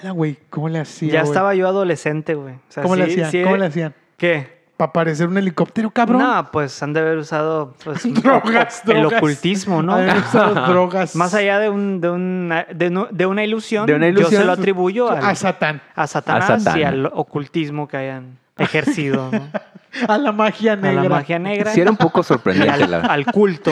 S5: Ala, güey, ¿cómo le hacía?
S6: ya
S5: güey?
S6: estaba yo adolescente, güey. O sea,
S5: ¿Cómo le
S6: sí-
S5: hacían?
S6: sí-
S5: ¿Cómo le hacían?
S6: ¿Qué?
S5: ¿Para aparecer un helicóptero, cabrón?
S6: No, pues han de haber usado pues,
S5: Drogas,
S6: el
S5: drogas.
S6: ocultismo, ¿no?
S5: Haber usado drogas.
S6: Más allá de, un, de, una, de, no- de una ilusión,
S3: De una
S6: yo
S3: ilusión,
S6: se lo atribuyo al-
S5: A Satán.
S6: a Satanás
S3: A Satán.
S6: y al ocultismo que hayan ejercido, ¿no?
S5: A la magia
S6: a
S5: negra.
S6: la magia negra
S3: Sí era un poco
S6: y
S3: sorprendente,
S6: al,
S3: la verdad.
S6: al culto,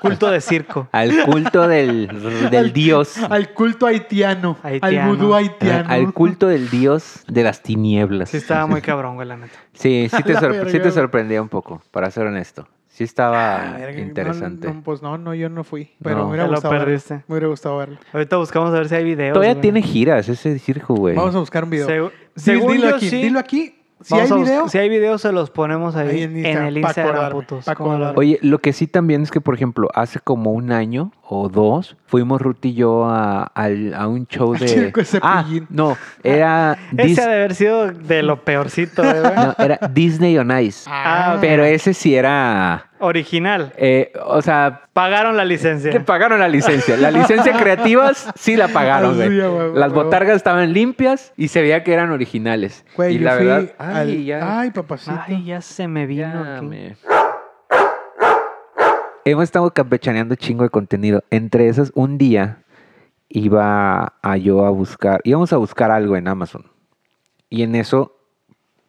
S6: culto de circo.
S3: Al culto del, del
S5: Al-
S3: dios.
S5: Al culto haitiano.
S6: Haitiano.
S5: Al vudú
S3: Ah,
S5: haitiano.
S3: Al culto del dios de las tinieblas.
S6: Sí estaba muy cabrón, güey, la neta.
S3: Sí, sí te,
S5: la
S3: sorpre- sí
S5: verga,
S3: te
S5: güey.
S3: sorprendía un poco, para ser honesto. Sí estaba
S5: Ah, verga, no,
S3: interesante.
S5: no, pues no, no, yo no fui. Pero
S3: No.
S5: me hubiera
S6: Te lo
S5: gustado verlo.
S6: perdiste.
S5: Me hubiera gustado verlo.
S6: Ahorita buscamos a ver si hay videos.
S3: Todavía
S6: güey.
S3: tiene giras ese circo, güey.
S5: Vamos a buscar un video. Dil-
S6: Segu-
S5: Dilo,
S6: según yo,
S5: aquí,
S6: sí.
S5: dilo aquí. Si
S6: Vamos a
S5: hay
S6: buscar-
S5: video,
S6: Si hay video, se los ponemos ahí,
S5: Ahí en
S6: en,
S5: Instagram,
S6: el
S5: pa'
S6: Instagram,
S5: acordarme,
S6: putos.
S5: pa'
S6: ¿Cómo la
S5: acordarme.
S3: Oye, lo que sí también es que, por ejemplo, hace como un año o dos, fuimos Ruth y yo a, al- a un show
S5: Al
S3: de...
S5: circo de
S3: Ah,
S5: Cepillín.
S3: no, era,
S6: ven? Ese
S3: Dis-
S6: ha de haber sido de lo peorcito, eh, güey.
S3: no, era Disney on Ice.
S5: Ah,
S6: ok.
S3: Pero ese sí era...
S6: Original.
S3: eh, o sea,
S6: Pagaron la licencia.
S3: te pagaron la licencia. La licencia creativas sí la pagaron,
S5: Ah,
S3: güey.
S5: sí, a huevo,
S3: Las
S5: a huevo.
S3: botargas estaban limpias y se veía que eran originales.
S5: güey,
S3: y
S5: yo
S3: la
S5: fui
S3: verdad...
S5: al-
S3: Ay, ya.
S5: ay, papacito.
S6: Ay, ya se me vino. aquí.
S3: Espérame. Hemos estado campechaneando chingo de contenido. Entre esas, un día iba a yo a buscar, íbamos a buscar algo en Amazon. Y en eso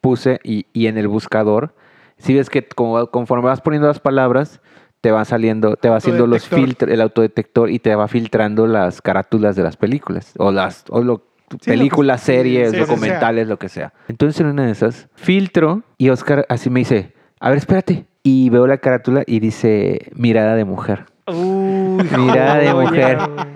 S3: puse, y, y en el buscador, si ves que como- conforme vas poniendo las palabras, te va saliendo, te va haciendo los
S5: Autodetector.
S3: filtros, el autodetector y te va filtrando las carátulas de las películas. O las, o lo-
S5: que-
S6: pues,
S3: películas,
S5: sí,
S3: series,
S5: sí, lo que sea.
S3: documentales, lo que sea. Entonces en una de esas, filtro y Oscar así me dice, a ver, espérate. Y veo la carátula y dice mirada de mujer.
S6: Uy,
S3: Mirada de
S6: joder,
S3: mujer.
S6: güey.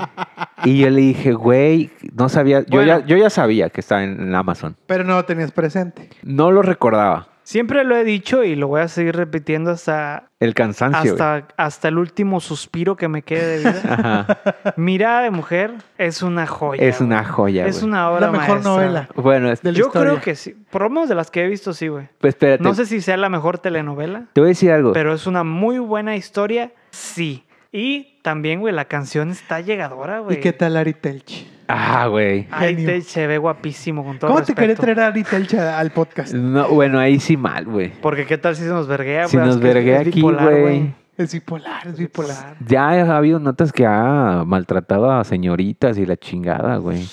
S3: Y yo le dije, güey, no sabía, yo,
S6: Bueno.
S3: ya, yo ya sabía que estaba en, en Amazon.
S5: Pero no lo tenías presente.
S3: No lo recordaba.
S6: Siempre lo he dicho y lo voy a seguir repitiendo hasta,
S3: El cansancio. güey.
S6: hasta, hasta el último suspiro que me quede de vida.
S3: Ajá.
S6: Mirada de mujer es una joya.
S3: Es
S6: güey.
S3: una joya.
S6: Es
S3: güey.
S6: una obra
S5: la mejor
S6: maestra.
S5: novela.
S3: Bueno, es-
S5: de la
S6: Yo
S5: historia.
S6: creo que sí. Por lo menos de las que he visto, sí, güey.
S3: pues espérate.
S6: No sé si sea la mejor telenovela,
S3: Te voy a decir algo.
S6: pero es una muy buena historia, sí. Y también, güey, la canción está llegadora, güey.
S5: ¿Y qué tal Ari Telch?
S3: Ah, güey.
S6: Ay,
S5: Genio.
S6: te, se ve guapísimo con todo
S5: ¿Cómo te
S6: respeto.
S5: quería traer a Ari Telch a- al podcast?
S3: No, bueno, ahí sí mal, güey.
S6: Porque qué tal si se nos verguea,
S3: Si
S6: güey.
S3: nos
S6: Es que es
S3: verguea aquí,
S6: bipolar,
S3: güey.
S5: Es bipolar, es bipolar.
S3: Ya ha habido notas que ha maltratado a señoritas y la chingada, güey.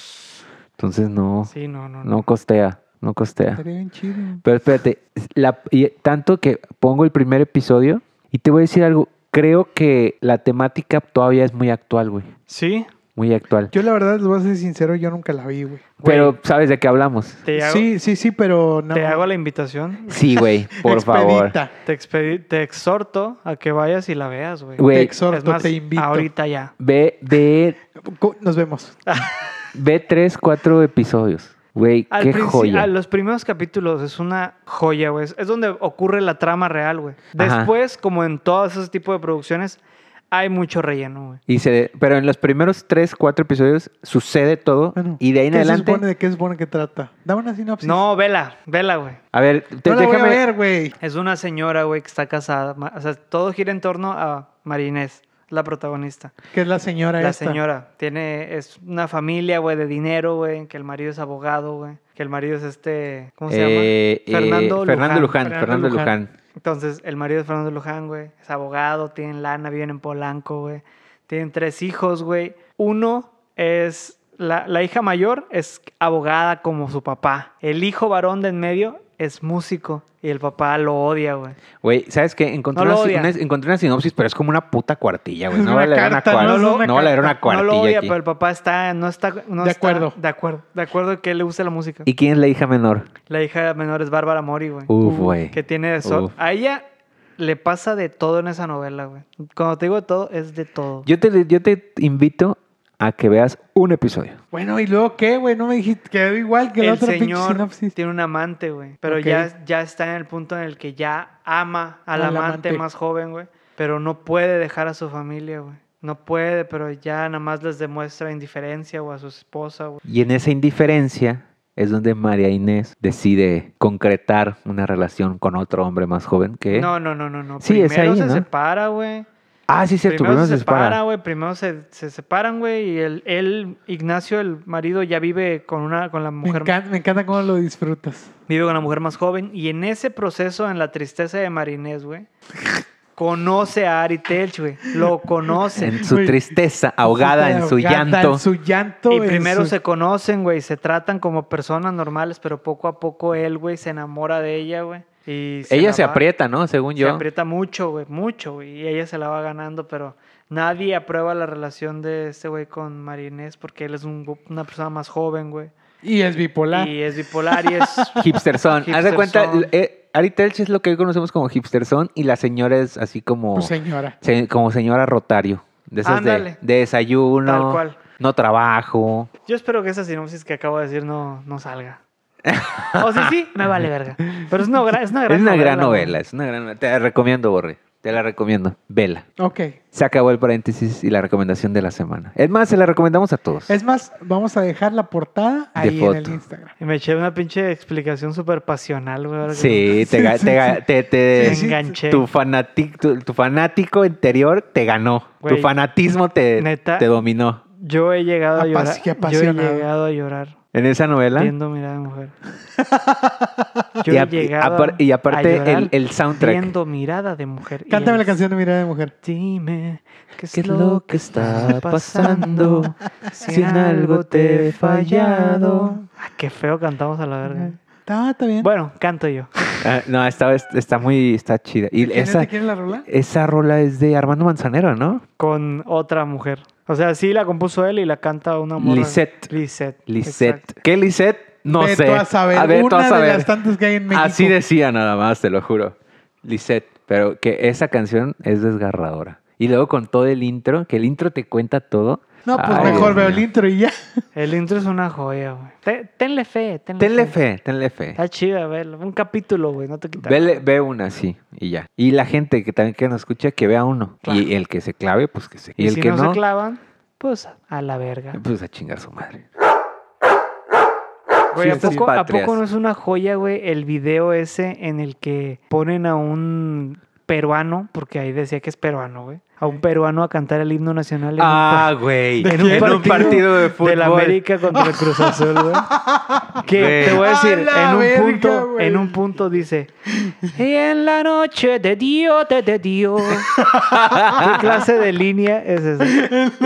S3: Entonces no,
S6: Sí, no, no, no.
S3: no costea, no costea.
S5: Estaría bien chido.
S3: Pero espérate, la- y tanto que pongo el primer episodio y te voy a decir algo. Creo que la temática todavía es muy actual, güey.
S6: Sí,
S3: Muy actual.
S5: Yo la verdad, les voy a ser sincero, yo nunca la vi, güey.
S3: Pero sabes de qué hablamos.
S6: te hago,
S5: Sí, sí, sí, pero no.
S6: te hago la invitación.
S3: Sí, güey, por favor.
S5: Expedita.
S6: Te, expedi- te exhorto a que vayas y la veas, güey.
S3: Güey,
S5: Te
S6: Es
S5: exhorto,
S6: más,
S5: te invito.
S6: Ahorita ya.
S3: Ve, ve,
S5: Co- Nos vemos.
S3: ve tres, cuatro episodios. Güey,
S6: Al
S3: qué
S6: princi-
S3: joya.
S6: a los primeros capítulos es una joya, güey. Es donde ocurre la trama real, güey.
S3: Ajá.
S6: Después, como en todos esos tipos de producciones, hay mucho relleno, güey.
S3: Y se, pero en los primeros tres, cuatro episodios sucede todo
S5: Bueno,
S3: y de ahí en
S5: ¿qué se
S3: adelante.
S5: supone ¿De qué se supone que trata? Dame una sinopsis.
S6: No, vela, vela, güey.
S3: A ver, te-
S5: no la voy a
S3: déjame
S5: ver, güey.
S6: Es una señora, güey, que está casada. ma- O sea, todo gira en torno a Marinés, la protagonista.
S5: Que es la señora
S6: La
S5: esta.
S6: señora tiene, es una familia, güey, de dinero, güey, que el marido es abogado, güey, que el marido es este, ¿cómo se
S3: Eh, eh,
S6: llama? Fernando,
S3: Fernando Luján.
S5: Fernando
S3: Fernando
S5: Luján.
S3: Luján.
S6: Entonces, el marido es Fernando Luján, güey, es abogado, tienen lana, viven en Polanco, güey, tienen tres hijos, güey. Uno es, la, la hija mayor es abogada como su papá. El hijo varón de en medio es músico y el papá lo odia, güey.
S3: Güey, ¿sabes qué? Encontré,
S6: No lo
S3: una, si-
S6: odia.
S3: una- encontré una sinopsis, pero es como una puta cuartilla, güey.
S5: Es
S3: No
S5: una
S3: va a leer una
S5: carta, ¿no?
S3: cuartilla.
S5: Es
S3: No,
S5: una
S3: va a leer una
S6: No
S3: cuartilla.
S6: lo odia,
S3: aquí.
S6: pero el papá está, no está, no
S5: De
S6: está
S5: acuerdo.
S6: de acuerdo, de acuerdo que le gusta la música.
S3: ¿Y quién es la hija menor?
S6: La hija menor es Bárbara Mori, güey.
S3: Uf, güey.
S6: Que tiene de sol-
S3: Uf.
S6: A ella le pasa de todo en esa novela, güey. Cuando te digo de todo, es de todo.
S3: Yo te, yo te invito a que veas un episodio.
S5: Bueno, ¿y luego qué, güey? No me dijiste, quedó igual que la
S6: el
S5: otra pinche
S6: señor
S5: sinopsis.
S6: tiene un amante, güey. Pero
S5: Ok.
S6: ya, ya está en el punto en el que ya ama al
S5: Al
S6: amante,
S5: amante.
S6: más joven, güey. Pero no puede dejar a su familia, güey. No puede, pero ya nada más les demuestra indiferencia, o a su esposa, güey.
S3: Y en esa indiferencia es donde María Inés decide concretar una relación con otro hombre más joven que...
S6: No, no, no, no, no.
S3: Sí, es
S6: Primero
S3: ahí,
S6: se
S3: ¿no?
S6: separa, güey.
S3: ah, sí, cierto.
S6: primero se
S3: separa.
S6: separa, güey. Primero se, se separan, güey. Y el, él, Ignacio, el marido, ya vive con una, con la
S5: Me
S6: mujer,
S5: encanta, me encanta cómo lo disfrutas.
S6: vive con la mujer más joven. Y en ese proceso, en la tristeza de Marinés, güey, conoce a Ari Telch, güey. Lo conoce.
S3: En su
S5: Güey.
S3: tristeza, ahogada en su
S5: Ahogada
S3: llanto.
S5: En su llanto.
S6: Y
S5: en
S6: primero
S5: su-
S6: se conocen, güey. Se tratan como personas normales, pero poco a poco él, güey, se enamora de ella, güey. y
S3: Ella se
S6: la va-
S3: aprieta, ¿no? Según
S6: Se
S3: yo.
S6: aprieta mucho, güey, mucho, güey. Y ella se la va ganando, pero nadie aprueba la relación de este güey con Marinés porque él es un gu- una persona más joven, güey.
S5: Y es bipolar.
S6: Y es bipolar y es...
S3: Hipster son. Haz de
S6: Hipster
S3: cuenta,
S6: son.
S3: eh, Ari Telch es lo que hoy conocemos como hipster son y la señora es así como,
S5: Pues señora.
S3: se- como señora Rotario. De esas de,
S6: Ándale.
S3: de desayuno,
S6: Tal cual.
S3: no trabajo.
S6: Yo espero que esa sinopsis que acabo de decir no, no salga. O si sí, me vale verga. Pero es una, gra- es una gran
S3: es una gran
S6: güey.
S3: novela, es una gran novela. Te la recomiendo, Borre. Te la recomiendo. Vela.
S5: Ok.
S3: Se acabó el paréntesis y la recomendación de la semana. Es más, se la recomendamos a todos.
S5: Es más, vamos a dejar la portada
S3: De
S5: ahí en el
S3: foto.
S5: Instagram.
S6: Y me eché una pinche explicación súper pasional, güey. ahora que
S3: Sí, te, ga-
S5: Sí, sí,
S3: te ga-
S5: sí.
S3: te- te-
S6: Sí, sí, Enganché.
S3: Tu, fanatic- tu, tu fanático interior te ganó.
S6: Güey,
S3: tu fanatismo te,
S6: neta.
S3: te dominó.
S6: me- Yo he llegado a
S5: Apas-
S6: llorar.
S5: qué
S6: Yo he
S5: apasionado.
S6: llegado a llorar
S3: En esa novela.
S6: viendo mirada de mujer. Yo
S3: y,
S6: he
S3: ap-
S6: llegado
S3: apar- y
S6: a
S3: aparte
S6: llorar
S3: el, el soundtrack.
S6: viendo mirada de mujer. Y
S5: Cántame la
S6: es-
S5: canción de Mirada de Mujer.
S6: Dime qué es,
S3: ¿Qué es
S6: lo
S3: lo
S6: que
S3: que está pasando?
S6: si en algo te he fallado. Ah, qué feo cantamos a la verga.
S5: Ah, Está, está bien.
S6: Bueno, canto yo.
S3: Ah, no, está, está muy, está chida. Y
S5: ¿Quién es-
S3: esa,
S5: ¿Te quieres la rola?
S3: esa rola es de Armando Manzanero, ¿no?
S6: Con otra mujer. O sea, sí la compuso él y la canta una morra.
S3: Lisette.
S6: Lisette.
S3: Lisette.
S6: exacto.
S3: ¿Qué Lisette? No
S5: Ve
S3: sé.
S5: tú a saber.
S3: ver, tú
S5: Una
S3: a saber.
S5: de las tantas que hay en México.
S3: Así decía nada más, te lo juro. Lisette, pero que esa canción es desgarradora. Y luego con todo el intro, que el intro te cuenta todo.
S5: No, pues
S3: Ay,
S5: mejor
S3: Dios
S5: veo el
S3: mío.
S5: intro y ya.
S6: El intro es una joya, güey. Te- Tenle fe, tenle,
S3: Tenle fe, tenle fe.
S6: Está chida, verlo. Un capítulo, güey, no te quitas.
S3: Vele- ve una así y ya. Y la gente que también que nos escucha, que vea uno.
S6: Claro.
S3: Y el que se clave, pues que se. Y,
S6: Y
S3: el
S6: si
S3: que
S6: no, se
S3: no,
S6: clavan, pues a la verga.
S3: pues a chingar su madre.
S6: Güey, ¿a,
S3: Fiestas
S6: poco, a
S3: patrias.
S6: poco no es una joya, güey, el video ese en el que ponen a un peruano, porque ahí decía que es peruano, güey, a un peruano a cantar el himno nacional en un
S3: Ah, güey.
S5: ¿De
S3: En un,
S5: quién?
S3: partido, de
S6: pa-
S3: fútbol.
S6: del América contra el Cruz Azul, güey. Que
S3: Güey.
S6: te voy a decir,
S5: A la
S6: en un
S5: verga,
S6: punto,
S5: güey.
S6: en un punto dice, en la noche de Dios, de, de Dios. ¿Qué clase de línea es esa?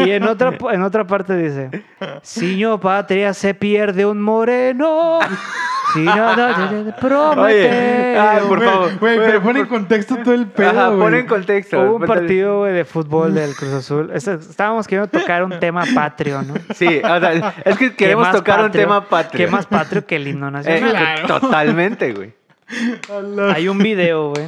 S6: Y en otra, en otra parte dice, Siño patria se pierde un moreno. Si nada te- te- te promete.
S3: Oye, ah, pues, ay, Por
S5: Güey,
S3: favor,
S5: Güey,
S3: güey,
S5: pero pon en
S3: por-
S5: contexto todo el pedo,
S3: Ajá,
S5: güey.
S3: pon en contexto.
S6: Hubo un
S3: Ponte-
S6: partido güey, de fútbol del Cruz Azul. Es- Estábamos queriendo tocar un tema patrio, ¿no?
S3: Sí, o sea, es que
S6: ¿Qué
S3: queremos
S6: más
S3: tocar un
S6: patrio-
S3: tema patrio.
S6: ¿Qué más patrio que el himno
S3: Eh,
S6: nacional?
S3: Totalmente, güey.
S6: Hay un video, güey.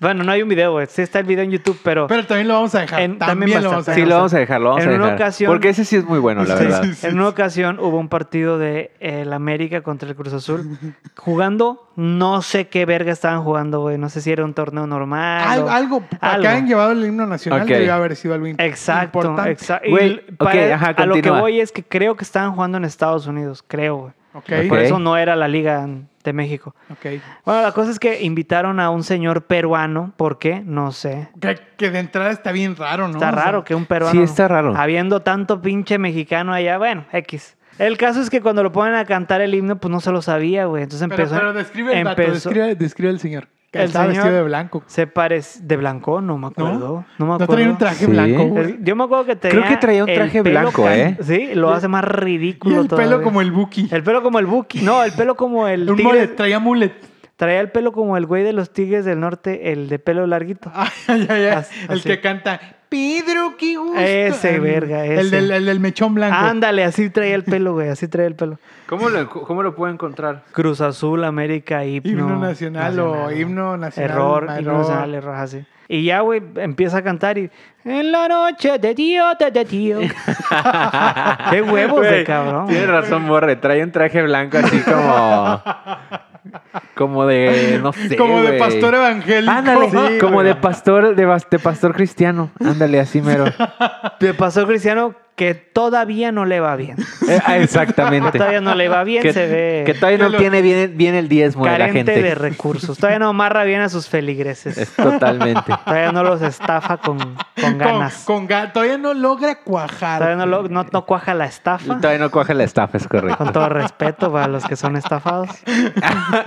S6: Bueno, no hay un video, güey. Sí está el video en YouTube, pero,
S5: Pero también lo vamos a dejar.
S6: En- también
S5: también, lo
S6: va a
S5: vamos a
S6: estar.
S3: Sí,
S5: dejar.
S3: lo vamos a dejar, lo vamos
S6: en
S3: a
S6: una
S3: dejar.
S6: ocasión-
S3: Porque ese sí es muy bueno, la
S5: Sí,
S3: verdad.
S5: sí, sí.
S6: en una ocasión hubo un partido de el América contra el Cruz Azul jugando, no sé qué verga estaban jugando, güey. No sé si era un torneo normal.
S5: Al-
S6: o-
S5: algo,
S6: algo.
S5: acá han llevado el himno nacional
S3: Ok.
S5: debió haber sido algo im-
S6: Exacto,
S5: importante.
S6: exacto.
S3: Güey, ok, ajá,
S6: a lo que
S3: continúa.
S6: voy es que creo que estaban jugando en Estados Unidos, creo, güey.
S5: Ok,
S6: Por
S3: Ok.
S6: eso no era la Liga de México.
S5: ok.
S6: Bueno, la cosa es que invitaron a un señor peruano, ¿por qué? No sé.
S5: Que, que de entrada está bien raro, ¿no?
S6: Está
S5: O sea,
S6: raro que un peruano.
S3: Sí, está raro.
S6: Habiendo tanto pinche mexicano allá, bueno, X. El caso es que cuando lo ponen a cantar el himno, pues no se lo sabía, güey. Entonces
S5: Pero,
S6: empezó.
S5: pero describe el dato,
S6: empezó-
S5: describe, describe el señor. Que
S6: El
S5: estaba
S6: señor-
S5: vestido de blanco.
S6: Se parece. De blanco, no me acuerdo. No, me
S5: No
S6: acuerdo.
S5: traía un traje
S3: Sí.
S5: blanco, güey.
S6: El- Yo me acuerdo que traía.
S3: Creo que traía un
S6: el
S3: traje
S6: pelo
S3: blanco,
S6: can-
S3: ¿eh?
S6: Sí, lo hace más
S5: Y
S6: ridículo
S5: el pelo
S6: todavía.
S5: como el Buki.
S6: El pelo como el Buki. No, el pelo como el.
S5: un
S6: tigre-
S5: mullet, traía mullet.
S6: Traía el pelo como el güey de los Tigres del Norte, el de pelo larguito.
S5: Ay, ay, ay, ay.
S6: Así.
S5: El que canta Pedro, qué gusto.
S6: Ese,
S5: El-
S6: verga,
S5: El
S6: ese.
S5: del, el del mechón blanco.
S6: Ándale, así traía el pelo, güey. Así traía el pelo.
S3: ¿Cómo lo, ¿Cómo lo puedo encontrar?
S6: Cruz Azul, América, himno.
S5: Himno nacional, o himno nacional.
S6: Error,
S5: error.
S6: himno nacional, error, así. Y ya, güey, empieza a cantar y... En la noche de tío, de, de tío. Qué huevos de
S3: Güey,
S6: cabrón.
S3: Tienes razón, Borre. Trae un traje blanco así como. Como de. No sé.
S5: Como de
S3: güey.
S5: pastor evangélico.
S3: Ándale,
S5: Sí,
S3: como
S5: güey.
S3: de pastor, de, bas- de pastor cristiano. Ándale, así mero.
S6: Le pasó a Cristiano que todavía no le va bien.
S3: Eh, ah, exactamente.
S6: Todavía no le va bien,
S3: que,
S6: se ve
S3: que todavía
S5: Que
S3: no
S5: lo-
S3: tiene bien, bien el diezmo de la
S6: carente
S3: gente.
S6: de recursos. Todavía no amarra bien a sus feligreses.
S3: Es totalmente.
S6: Todavía no los estafa con, con ganas.
S5: Con, con ga- Todavía no logra cuajar.
S6: Todavía no, lo- no, no cuaja la estafa.
S3: Todavía no cuaja la estafa, es
S6: Con
S3: correcto.
S6: todo respeto para los que son estafados.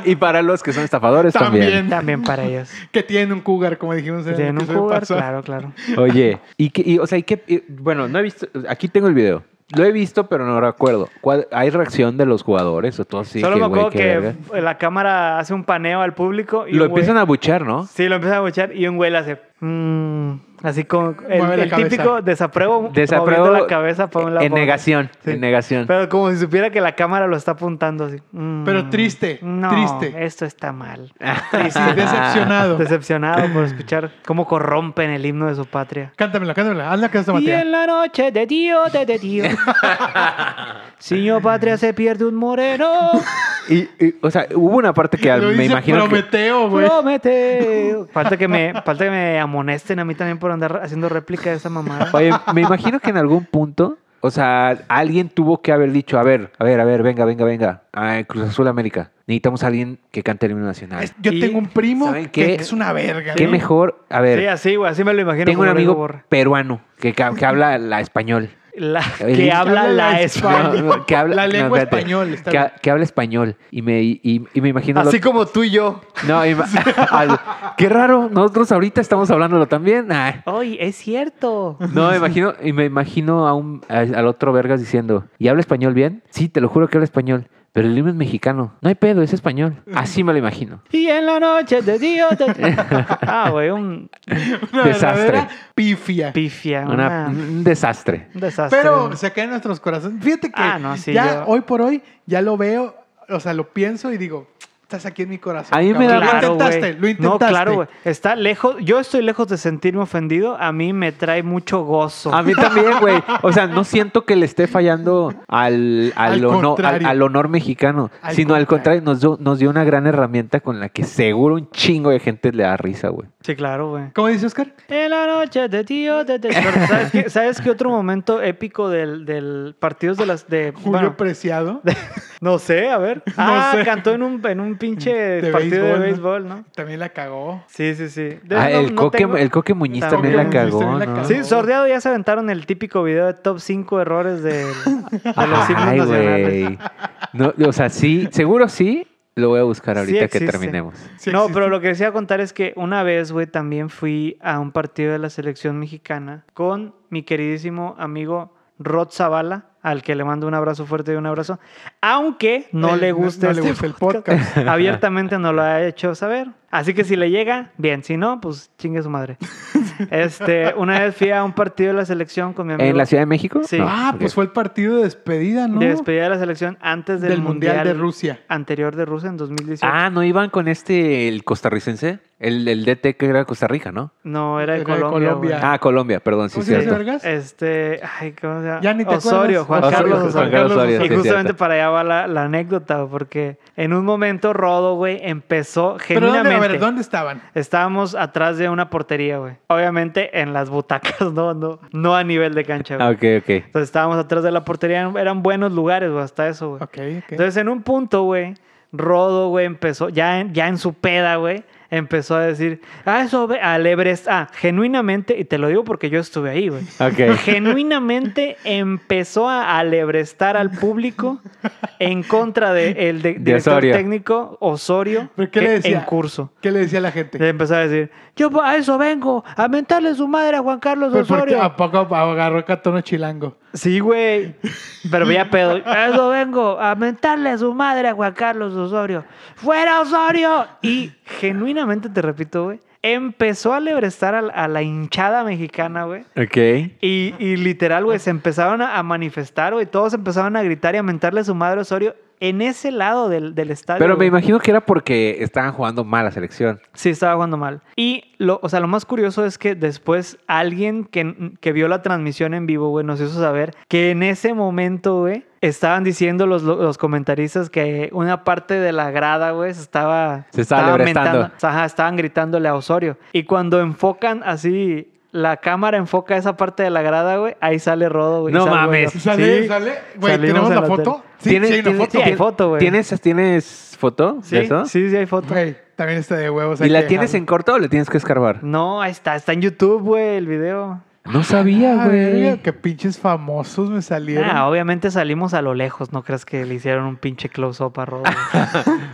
S3: y para los que son estafadores
S5: También.
S3: también.
S6: También para ellos.
S5: Que tienen un cougar, como dijimos. en el
S6: Tienen un
S5: episodio
S6: jugar, claro,
S5: pasado.
S6: claro.
S3: Oye, y que, y, o sea, y que, y, bueno, no he visto, aquí tengo el video. Lo he visto, pero no recuerdo. ¿Cuál- ¿Hay reacción de los jugadores o todo así?
S6: Solo
S3: que,
S6: me
S3: güey,
S6: acuerdo
S3: qué verga?
S6: que la cámara hace un paneo al público y
S3: Lo
S6: un güey-
S3: empiezan a buchar, ¿no?
S6: Sí, lo empiezan a buchar y un güey le hace. Mm, así con el,
S5: Mueve la
S6: el
S5: cabeza.
S6: típico desapruebo,
S3: Desapruebo
S6: moviendo la cabeza para un lado.
S3: en
S6: para otro.
S3: negación, en negación.
S6: Pero como si supiera que la cámara lo está apuntando así. Mm,
S5: Pero triste,
S6: no,
S5: triste.
S6: Esto está mal.
S5: Triste, decepcionado.
S6: Decepcionado por escuchar cómo corrompen el himno de su patria.
S5: Cántamela, cántamela. Hazla que esta
S6: Y
S5: Matías.
S6: en la noche de tío, de, de tío. Señor patria se pierde un moreno.
S3: Y, y, o sea, hubo una parte que
S5: Lo
S3: me
S5: dice
S3: imagino que...
S5: Prometeo, güey.
S6: Promete. Falta que me, falta que me amonesten a mí también por andar haciendo réplica de esa mamada.
S3: Oye, me imagino que en algún punto, o sea, alguien tuvo que haber dicho, a ver, a ver, a ver, venga, venga, venga, ay, Cruz Azul América, necesitamos a alguien que cante el himno nacional.
S5: Es- Yo
S6: Y-
S5: tengo un primo
S3: ¿saben
S5: que
S3: qué?
S5: es una verga.
S3: ¿Qué
S5: ¿no?
S3: mejor? A ver,
S6: Sí, así, güey, así me lo imagino.
S3: tengo un
S6: como Rodrigo
S3: amigo
S6: Borre.
S3: peruano que, ca- que habla la español.
S6: La-
S3: El-
S6: que habla la
S5: español.
S6: español.
S3: No, no, que habla,
S5: La lengua
S3: espérate.
S5: español, está bien.
S3: Que, que habla español. Y me, y, y me imagino... lo-
S5: Así como tú y yo.
S3: No, ima- al- qué raro, nosotros ahorita estamos hablándolo también. Ay.
S6: Ay, es cierto.
S3: No, me imagino, y me imagino a un, a- al otro Vergas diciendo, ¿y habla español bien? Sí, te lo juro que habla español, pero el libro es mexicano. No hay pedo, es español. Así me lo imagino.
S6: Y en la noche de Dios. de- Ah, güey, un
S5: Una
S3: Desastre.
S5: verdadera pifia.
S6: pifia.
S3: Una-
S5: Ah.
S6: Una,
S3: un desastre.
S6: un desastre.
S5: Pero se caen nuestros corazones. Fíjate que
S6: Ah, no, sí,
S5: ya
S6: yo-
S5: hoy por hoy ya lo veo, o sea, lo pienso y digo, estás aquí en mi corazón.
S3: A mí me
S5: cabrón".
S3: da-
S5: Lo
S6: Claro,
S5: intentaste,
S6: güey.
S5: lo intentaste.
S6: No, claro, güey. Está lejos. Yo estoy lejos de sentirme ofendido. A mí me trae mucho gozo.
S3: A mí también, güey. O sea, no siento que le esté fallando al, al,
S5: Al
S3: honor, al,
S5: contrario.
S3: al honor mexicano,
S5: Al
S3: sino al contrario, nos dio, nos dio una gran herramienta con la que seguro un chingo de gente le da risa, güey.
S6: Sí, claro, güey.
S5: ¿Cómo dice Oscar?
S6: En la noche de tío, de, de- Pero, ¿sabes, qué, ¿Sabes qué otro momento épico del, del partidos de las de
S5: Julio
S6: bueno,
S5: Preciado.
S6: No sé, a ver. Ah,
S5: sé.
S6: cantó en un, en un pinche
S5: De
S6: partido de
S5: béisbol,
S6: béisbol, ¿no?
S5: También la cagó.
S6: Sí, sí, sí. De-
S3: Ah,
S6: no-
S3: el,
S6: no
S3: coque,
S6: tengo-
S3: el Coque Muñiz
S6: También.
S3: también, la
S5: Coque Muñiz
S3: cagó,
S5: también la
S3: ¿no?
S6: Sí,
S5: cagó.
S6: sordeado ya se aventaron el típico video de top 5 errores de, de los himnos
S3: Ay,
S6: nacionales.
S3: güey. No, o sea, sí, seguro sí. Lo voy a buscar
S6: Sí
S3: ahorita que
S6: existe.
S3: terminemos.
S5: Sí
S6: no,
S5: existe.
S6: pero lo que les iba a contar es que una vez, güey, también fui a un partido de la selección mexicana con mi queridísimo amigo Rod Zavala, al que le mando un abrazo fuerte y un abrazo, aunque no
S5: Eh,
S6: le gusta
S5: no le
S6: este
S5: gusta el
S6: podcast. Abiertamente no lo ha hecho saber. Así que si le llega, bien, si no, pues chingue su madre. Este, una vez fui a un partido de la selección con mi amigo
S3: ¿En la Ciudad de México?
S6: Sí.
S5: ah,
S3: ok.
S5: pues fue el partido de despedida, ¿no?
S6: de despedida de la selección antes del,
S5: Del Mundial de Rusia.
S6: anterior de Rusia en 2018.
S3: Ah, ¿no iban con este, el costarricense? El, el DT que era de Costa Rica, ¿no?
S6: no, era de
S5: Era de
S6: Colombia. güey.
S5: Colombia.
S3: Ah, Colombia, perdón, sí,
S5: ¿Cómo
S3: es
S5: se llama ese
S3: cierto.
S5: vergas?
S6: Este, ay, ¿cómo se llama?
S5: Ya ni te
S6: Osorio,
S5: acuerdas.
S6: Juan
S3: Osorio,
S6: Carlos
S3: Juan
S6: Osorio.
S3: Carlos Osorio,
S6: Y
S3: sí, es
S6: justamente
S3: cierto.
S6: para allá va la, la anécdota, güey, porque en un momento Rodo, güey, empezó
S5: Pero ¿dónde,
S6: genuinamente.
S5: a ver, ¿dónde estaban?
S6: Estábamos atrás de una portería, güey. Obviamente en las butacas, no, no, no a nivel de cancha, güey.
S3: Ah, ok, ok.
S6: Entonces estábamos atrás de la portería, eran buenos lugares, güey, hasta eso, güey.
S5: Ok, ok.
S6: Entonces, en un punto, güey, Rodo, güey, empezó, ya en, ya en su peda, güey, empezó a decir, ah, eso, ve- al Everest, ah, genuinamente, y te lo digo porque yo estuve ahí, güey.
S3: Ok.
S6: Genuinamente empezó a alebrestar al público en contra del de, el de- director
S3: Osorio.
S6: técnico Osorio
S5: ¿Pero qué le
S6: que-
S5: decía?
S6: en curso.
S5: ¿Qué le decía la
S6: Le
S5: gente?
S6: empezó a decir, yo a eso vengo, a mentarle su madre a Juan Carlos
S5: Pero Ah. porque
S6: Osorio.
S5: a poco agarró acá tono chilango.
S6: Sí, güey. Pero ya pedo. A Eso vengo a mentarle a su madre a Juan Carlos Osorio. ¡Fuera Osorio! Y genuinamente te repito, güey. Empezó a lebrestar a, la- a la hinchada mexicana, güey.
S3: Ok.
S6: Y, y literal,
S3: Ah.
S6: güey, se empezaron a, a manifestar, güey. Todos empezaron a gritar y a mentarle a su madre a Osorio en ese lado del, del estadio.
S3: Pero me
S6: güey.
S3: imagino que era porque estaban jugando mal la selección.
S6: Sí, estaba jugando mal. Y lo, o sea, lo más curioso es que después alguien que, que vio la transmisión en vivo, güey, nos hizo saber que en ese momento, güey, estaban diciendo los, los comentaristas que una parte de la grada, güey, se estaba...
S3: Se estaba lebrestando.
S6: Ajá, estaban gritándole a Osorio. Y cuando enfocan así... La cámara enfoca esa parte de la grada, güey. Ahí sale Rodo, güey. y
S3: No
S6: salgo
S3: mames.
S6: yo.
S5: ¿Sale?
S6: Sí,
S5: ¿Sale? Güey,
S6: salimos
S5: ¿tenemos
S6: en
S5: la
S6: la tele.
S5: foto? Sí,
S3: ¿Tienes-
S5: sí, hay una
S3: tienes-
S5: foto.
S6: Sí, hay foto, güey.
S3: ¿Tienes, ¿Tienes foto de
S6: Sí,
S3: eso?
S6: sí, sí, hay foto.
S5: Güey, también está de huevos.
S3: ¿Y
S5: hay
S3: la
S5: que
S3: tienes en
S5: dejarlo.
S3: corto o le tienes que escarbar?
S6: No, ahí está. Está en YouTube, güey, el video.
S3: No sabía,
S5: Ah, verga,
S3: güey.
S5: qué pinches famosos me salieron.
S6: Ah, obviamente salimos a lo lejos, no creas que le hicieron un pinche close-up a Rodo.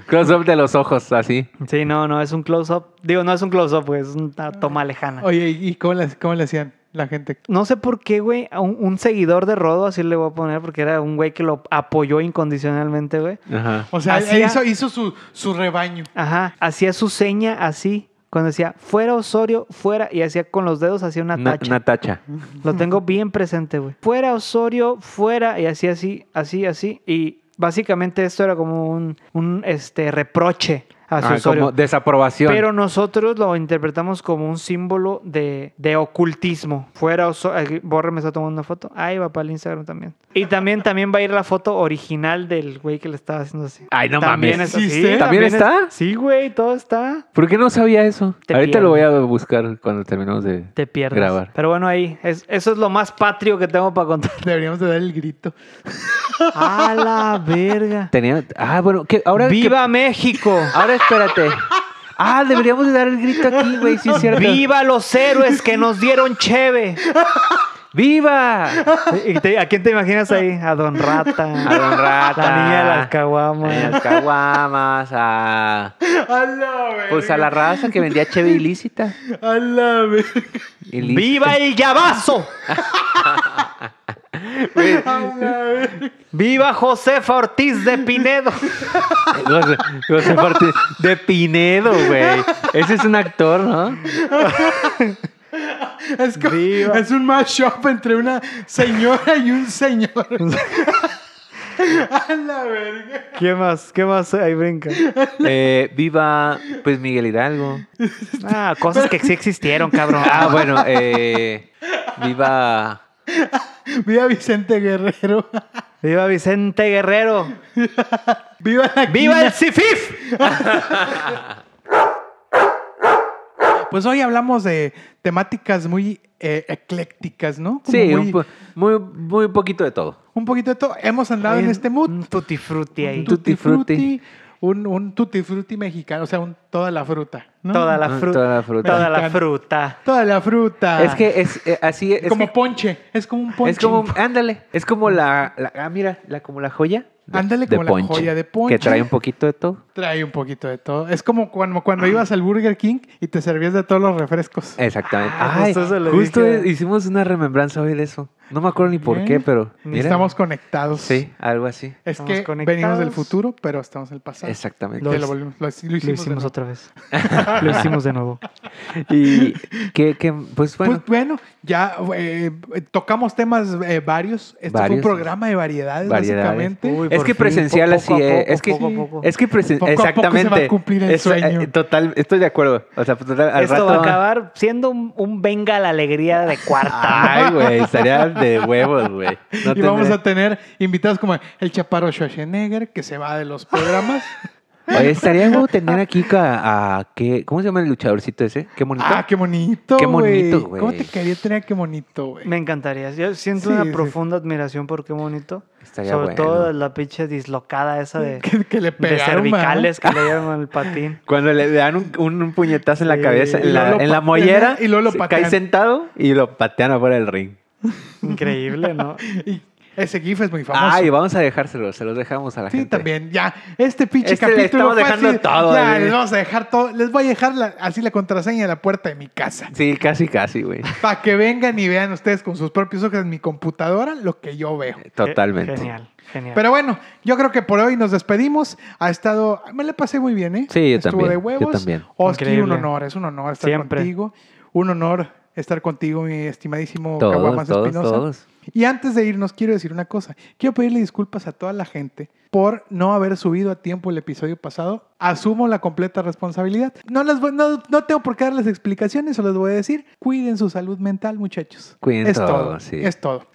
S3: Close up de los ojos, así.
S6: sí, no, no, es un close-up. Digo, no es un close-up, güey, es
S3: Ah.
S6: una toma lejana.
S5: Oye, ¿y y cómo le, cómo le hacían la gente?
S6: No sé por qué, güey, a un, un seguidor de Rodo, así le voy a poner, porque era un güey que lo apoyó incondicionalmente, güey.
S3: Ajá.
S5: O sea, él
S6: Hacía-
S5: hizo, hizo su, su rebaño.
S6: Ajá, hacía su seña así Cuando decía, fuera Osorio, fuera, y hacía con los dedos, hacía una
S3: Na-
S6: tacha.
S3: Natacha.
S6: Lo tengo bien presente, güey. Fuera Osorio, fuera, y así, así, así, así. Y básicamente esto era como un, un, este, reproche hacia
S3: Ah,
S6: Osorio.
S3: como desaprobación.
S6: Pero nosotros lo interpretamos como un símbolo de, de ocultismo. Fuera Osorio. Borre me está tomando una foto. Ahí va para el Instagram también. Y también, también va a ir la foto original del güey que le estaba haciendo así.
S3: Ay, no
S6: también
S3: mames.
S6: es así.
S5: ¿Existe?
S3: ¿También
S6: es-
S3: está?
S6: sí, güey, todo está.
S3: ¿Por qué no sabía eso?
S6: Te
S3: Ahorita lo voy a
S6: pierdes.
S3: buscar cuando terminemos de...
S6: Te pierdes.
S3: Grabar.
S6: Pero bueno, ahí. es- eso es lo más patrio que tengo para contar.
S5: Deberíamos de dar el grito.
S6: ¡A la verga!
S3: Tenía... Ah, bueno, ¿qué? ahora... que-
S6: ¡Viva México!
S3: Ahora espérate. Ah, deberíamos de dar el grito aquí, güey, sí es cierto.
S6: ¡Viva los héroes que nos dieron cheve!
S3: ¡Viva!
S6: ¿Y te- ¿A quién te imaginas ahí? A Don Rata.
S3: A Don Rata.
S6: La niña de las
S3: A
S6: caguamas.
S3: las caguamas, a...
S5: A la verga.
S3: Pues a la raza que vendía cheve ilícita.
S5: A la verga.
S3: Ilícita.
S6: ¡Viva el llavazo! ¡Viva Josefa Ortiz de Pinedo!
S3: José- José Martí- De Pinedo, güey. Ese es un actor, ¿no?
S5: Es, como-
S6: Viva.
S5: es un mashup entre una señora y un señor. A la verga.
S6: ¿Qué más? ¿Qué más? Ahí brinca.
S3: Eh, viva, pues Miguel Hidalgo.
S6: Ah, cosas que sí existieron, cabrón.
S3: Ah, bueno, eh, viva.
S5: Viva Vicente Guerrero.
S6: ¡Viva Vicente Guerrero!
S5: Viva la
S6: ¡Viva el
S5: quina.
S6: CIFIF!
S5: Pues hoy hablamos de temáticas muy eh, eclécticas, ¿no? Como
S3: Sí,
S5: muy-
S3: un, po- muy, muy poquito de todo.
S5: un poquito de todo. Hemos andado en este mood.
S6: Un tutti frutti Mm, ahí.
S5: Un
S3: tut-
S5: tutti
S3: Tutti frutti.
S5: frutti, un, un tutti frutti mexicano, o sea, un, toda la fruta. ¿no?
S6: Toda la
S3: Ah,
S6: fruta.
S3: toda la fruta.
S6: Toda la
S5: Mexicano.
S6: fruta.
S5: Toda la fruta.
S3: Es que es eh, así. Es
S5: como
S3: que-
S5: ponche, es como un ponche.
S3: Es como, ándale, es como la, la- ah, mira, la como la joya. de-
S5: Ándale,
S3: de
S5: como la joya de ponche.
S3: Que trae un poquito de todo.
S5: Trae un poquito de todo. Es como cuando, cuando ibas al Burger King y te servías de todos los refrescos.
S3: Eh, Exactamente.
S6: Ah,
S3: Ay,
S6: justo eso
S3: justo,
S6: le dije.
S3: hicimos una remembranza hoy de eso. No me acuerdo ni por
S5: ¿Eh?
S3: qué, pero. mira.
S5: Estamos conectados.
S3: Sí, algo así.
S5: Es
S6: Estamos
S5: que
S6: conectados.
S5: venimos del futuro, pero estamos en el pasado.
S3: Exactamente.
S5: Que
S6: Lo-
S5: Lo, volvimos- lo- lo hicimos.
S6: Lo
S5: de
S6: hicimos
S5: nuevo.
S6: otra vez. Lo hicimos de nuevo.
S3: Y que, que, pues bueno,
S5: Pues bueno, ya eh, tocamos temas eh, varios. Este fue un
S3: Varios.
S5: programa de variedades,
S3: Variedades.
S5: básicamente.
S6: Uy,
S3: es
S6: por
S3: que
S6: fin,
S3: presencial
S6: poco
S3: así
S6: a
S3: eh,
S6: poco,
S3: es que
S6: poco a poco.
S3: es que presen-
S5: Poco a poco se va a
S3: exactamente
S5: cumplir el
S3: Es- eh,
S5: sueño.
S3: total estoy de acuerdo o sea pues, total, al
S6: Esto
S3: rato
S6: va a acabar siendo un, un venga la alegría de cuarta.
S3: ay güey estaría de huevos güey pues, No
S5: y vamos
S3: tendré-
S5: a tener invitados como el chaparro Schwarzenegger, que se va de los programas.
S3: Oye, estaría bueno tener aquí a, a que, ¿cómo se llama el luchadorcito ese? Qué bonito.
S5: ah, qué bonito.
S3: Qué bonito,
S5: güey.
S3: güey.
S5: ¿Cómo te quería tener qué bonito, güey?
S6: Me encantaría. Yo siento
S5: Sí,
S6: una
S5: sí.
S6: profunda admiración por qué bonito.
S3: Estaría
S6: Sobre
S3: bueno.
S6: todo la pinche dislocada esa de,
S5: Que, que le
S6: de
S5: pegaron.
S6: cervicales que le dieron al patín.
S3: Cuando le dan un, un- un puñetazo en la
S6: Sí.
S3: cabeza,
S5: Y
S3: en la,
S5: luego lo
S3: en la
S5: patean, ¿eh?
S3: mollera,
S5: y luego lo
S3: se
S5: patean.
S3: cae sentado y lo patean afuera del ring.
S6: Increíble, ¿no?
S5: ¿no? Y ese gif es muy famoso.
S3: Ay, vamos a dejárselo, se los dejamos a la
S5: sí,
S3: gente.
S5: también. Ya, este pinche
S3: Este le
S5: capítulo
S3: estamos
S5: fue
S3: dejando
S5: así-
S3: todo, eh.
S5: Ya,
S3: güey.
S5: les vamos a dejar todo. Les voy a dejar la- así la contraseña de la puerta de mi casa.
S3: Sí, casi, casi, güey.
S5: Para que vengan y vean ustedes con sus propios ojos en mi computadora lo que yo veo.
S3: Totalmente.
S6: Genial, genial.
S5: Pero bueno, yo creo que por hoy nos despedimos. Ha estado, me la pasé muy bien, ¿eh?
S3: Sí, yo
S5: Estuvo
S3: también,
S5: de
S3: yo
S5: huevos.
S3: también.
S5: Oski, un
S6: Increíble.
S5: honor, es un honor estar
S6: Siempre.
S5: contigo. Un honor estar contigo, mi estimadísimo
S3: Todos,
S5: Caguamas
S3: todos,
S5: Espinosa.
S3: todos.
S5: Y antes de irnos, quiero decir una cosa. Quiero pedirle disculpas a toda la gente por no haber subido a tiempo el episodio pasado. Asumo la completa responsabilidad. No, las voy- no, no tengo por qué darles explicaciones, solo les voy a decir. Cuiden su salud mental, muchachos.
S3: Cuiden
S5: es
S3: todo,
S5: todo,
S3: sí.
S5: Es todo.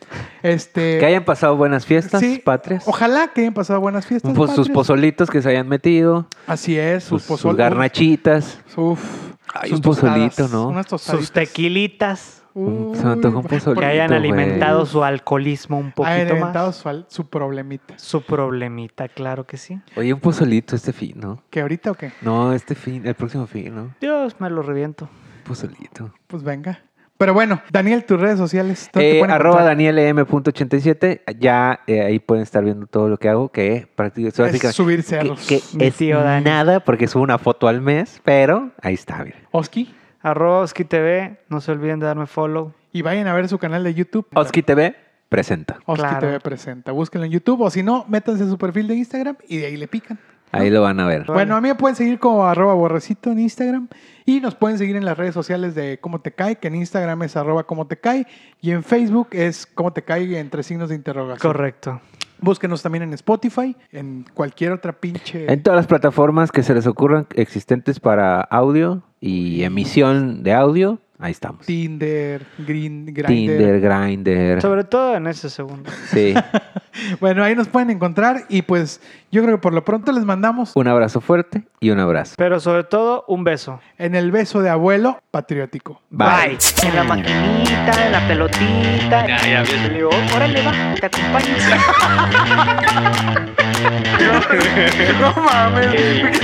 S5: Este,
S3: Que hayan pasado buenas fiestas,
S5: sí,
S3: patrias.
S5: Ojalá que hayan pasado buenas fiestas.
S3: Pues sus
S5: patrias.
S3: pozolitos que se hayan metido,
S5: Así es,
S3: sus,
S5: sus,
S3: sus
S5: pozol-
S3: garnachitas.
S5: Uf.
S3: Ay,
S5: sus
S3: un pozolito,
S5: tostadas,
S3: ¿no?
S5: Unas tostaditas.
S6: Sus tequilitas
S3: Un- se me antojó un
S5: Uy,
S3: pozolito,
S6: que hayan
S3: güey.
S6: alimentado su alcoholismo un
S5: hayan
S6: poquito
S5: alimentado
S6: más.
S5: su, al- su problemita.
S6: Su problemita, claro que sí.
S3: Oye, un pozolito este fin, ¿no?
S5: ¿Que ahorita o qué?
S3: No, este fin, el próximo fin, ¿no?
S6: Dios, me lo reviento.
S3: Un pozolito.
S5: Pues venga. Pero bueno, Daniel, tus redes sociales. ¿dónde te
S3: Eh,
S5: pueden
S3: arroba
S5: encontrar?
S3: danielm.87. Ya eh, ahí pueden estar viendo todo lo que hago, que prácticamente
S5: Es subir cerros.
S3: que, que
S6: Mi
S3: es
S6: tío Dani.
S3: nada porque subo una foto al mes, pero ahí está, mira.
S5: Oski.
S6: Arroba Oski TV, no se olviden de darme follow.
S5: Y vayan a ver su canal de YouTube.
S3: Oski TV presenta.
S5: Oski
S6: Claro.
S5: TV presenta. Búsquenlo en YouTube o si no, métanse a su perfil de Instagram y de ahí le pican.
S3: Ahí lo van a ver.
S5: Bueno, a mí me pueden seguir como arroba borrecito en Instagram y nos pueden seguir en las redes sociales de Cómo Te Cae, que en Instagram es arroba Cómo Te Cae y en Facebook es Cómo Te Cae entre signos de interrogación.
S6: Correcto.
S5: Búsquenos también en Spotify, en cualquier otra pinche...
S3: En todas las plataformas que se les ocurran existentes para audio y emisión de audio, ahí estamos.
S5: Tinder, Green, Grindr.
S3: Tinder, Grindr.
S6: Sobre todo en ese segundo.
S3: Sí.
S5: Bueno, ahí nos pueden encontrar y pues yo creo que por lo pronto les mandamos
S3: Un abrazo fuerte y un abrazo.
S6: Pero sobre todo, un beso.
S5: en el beso de abuelo patriótico.
S3: Bye.
S2: En la maquinita, en la pelotita.
S4: Ya, ya, ya.
S2: Le digo, órale, va, te acompaño. no mames.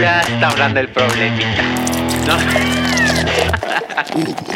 S4: Ya está hablando el problemita. No.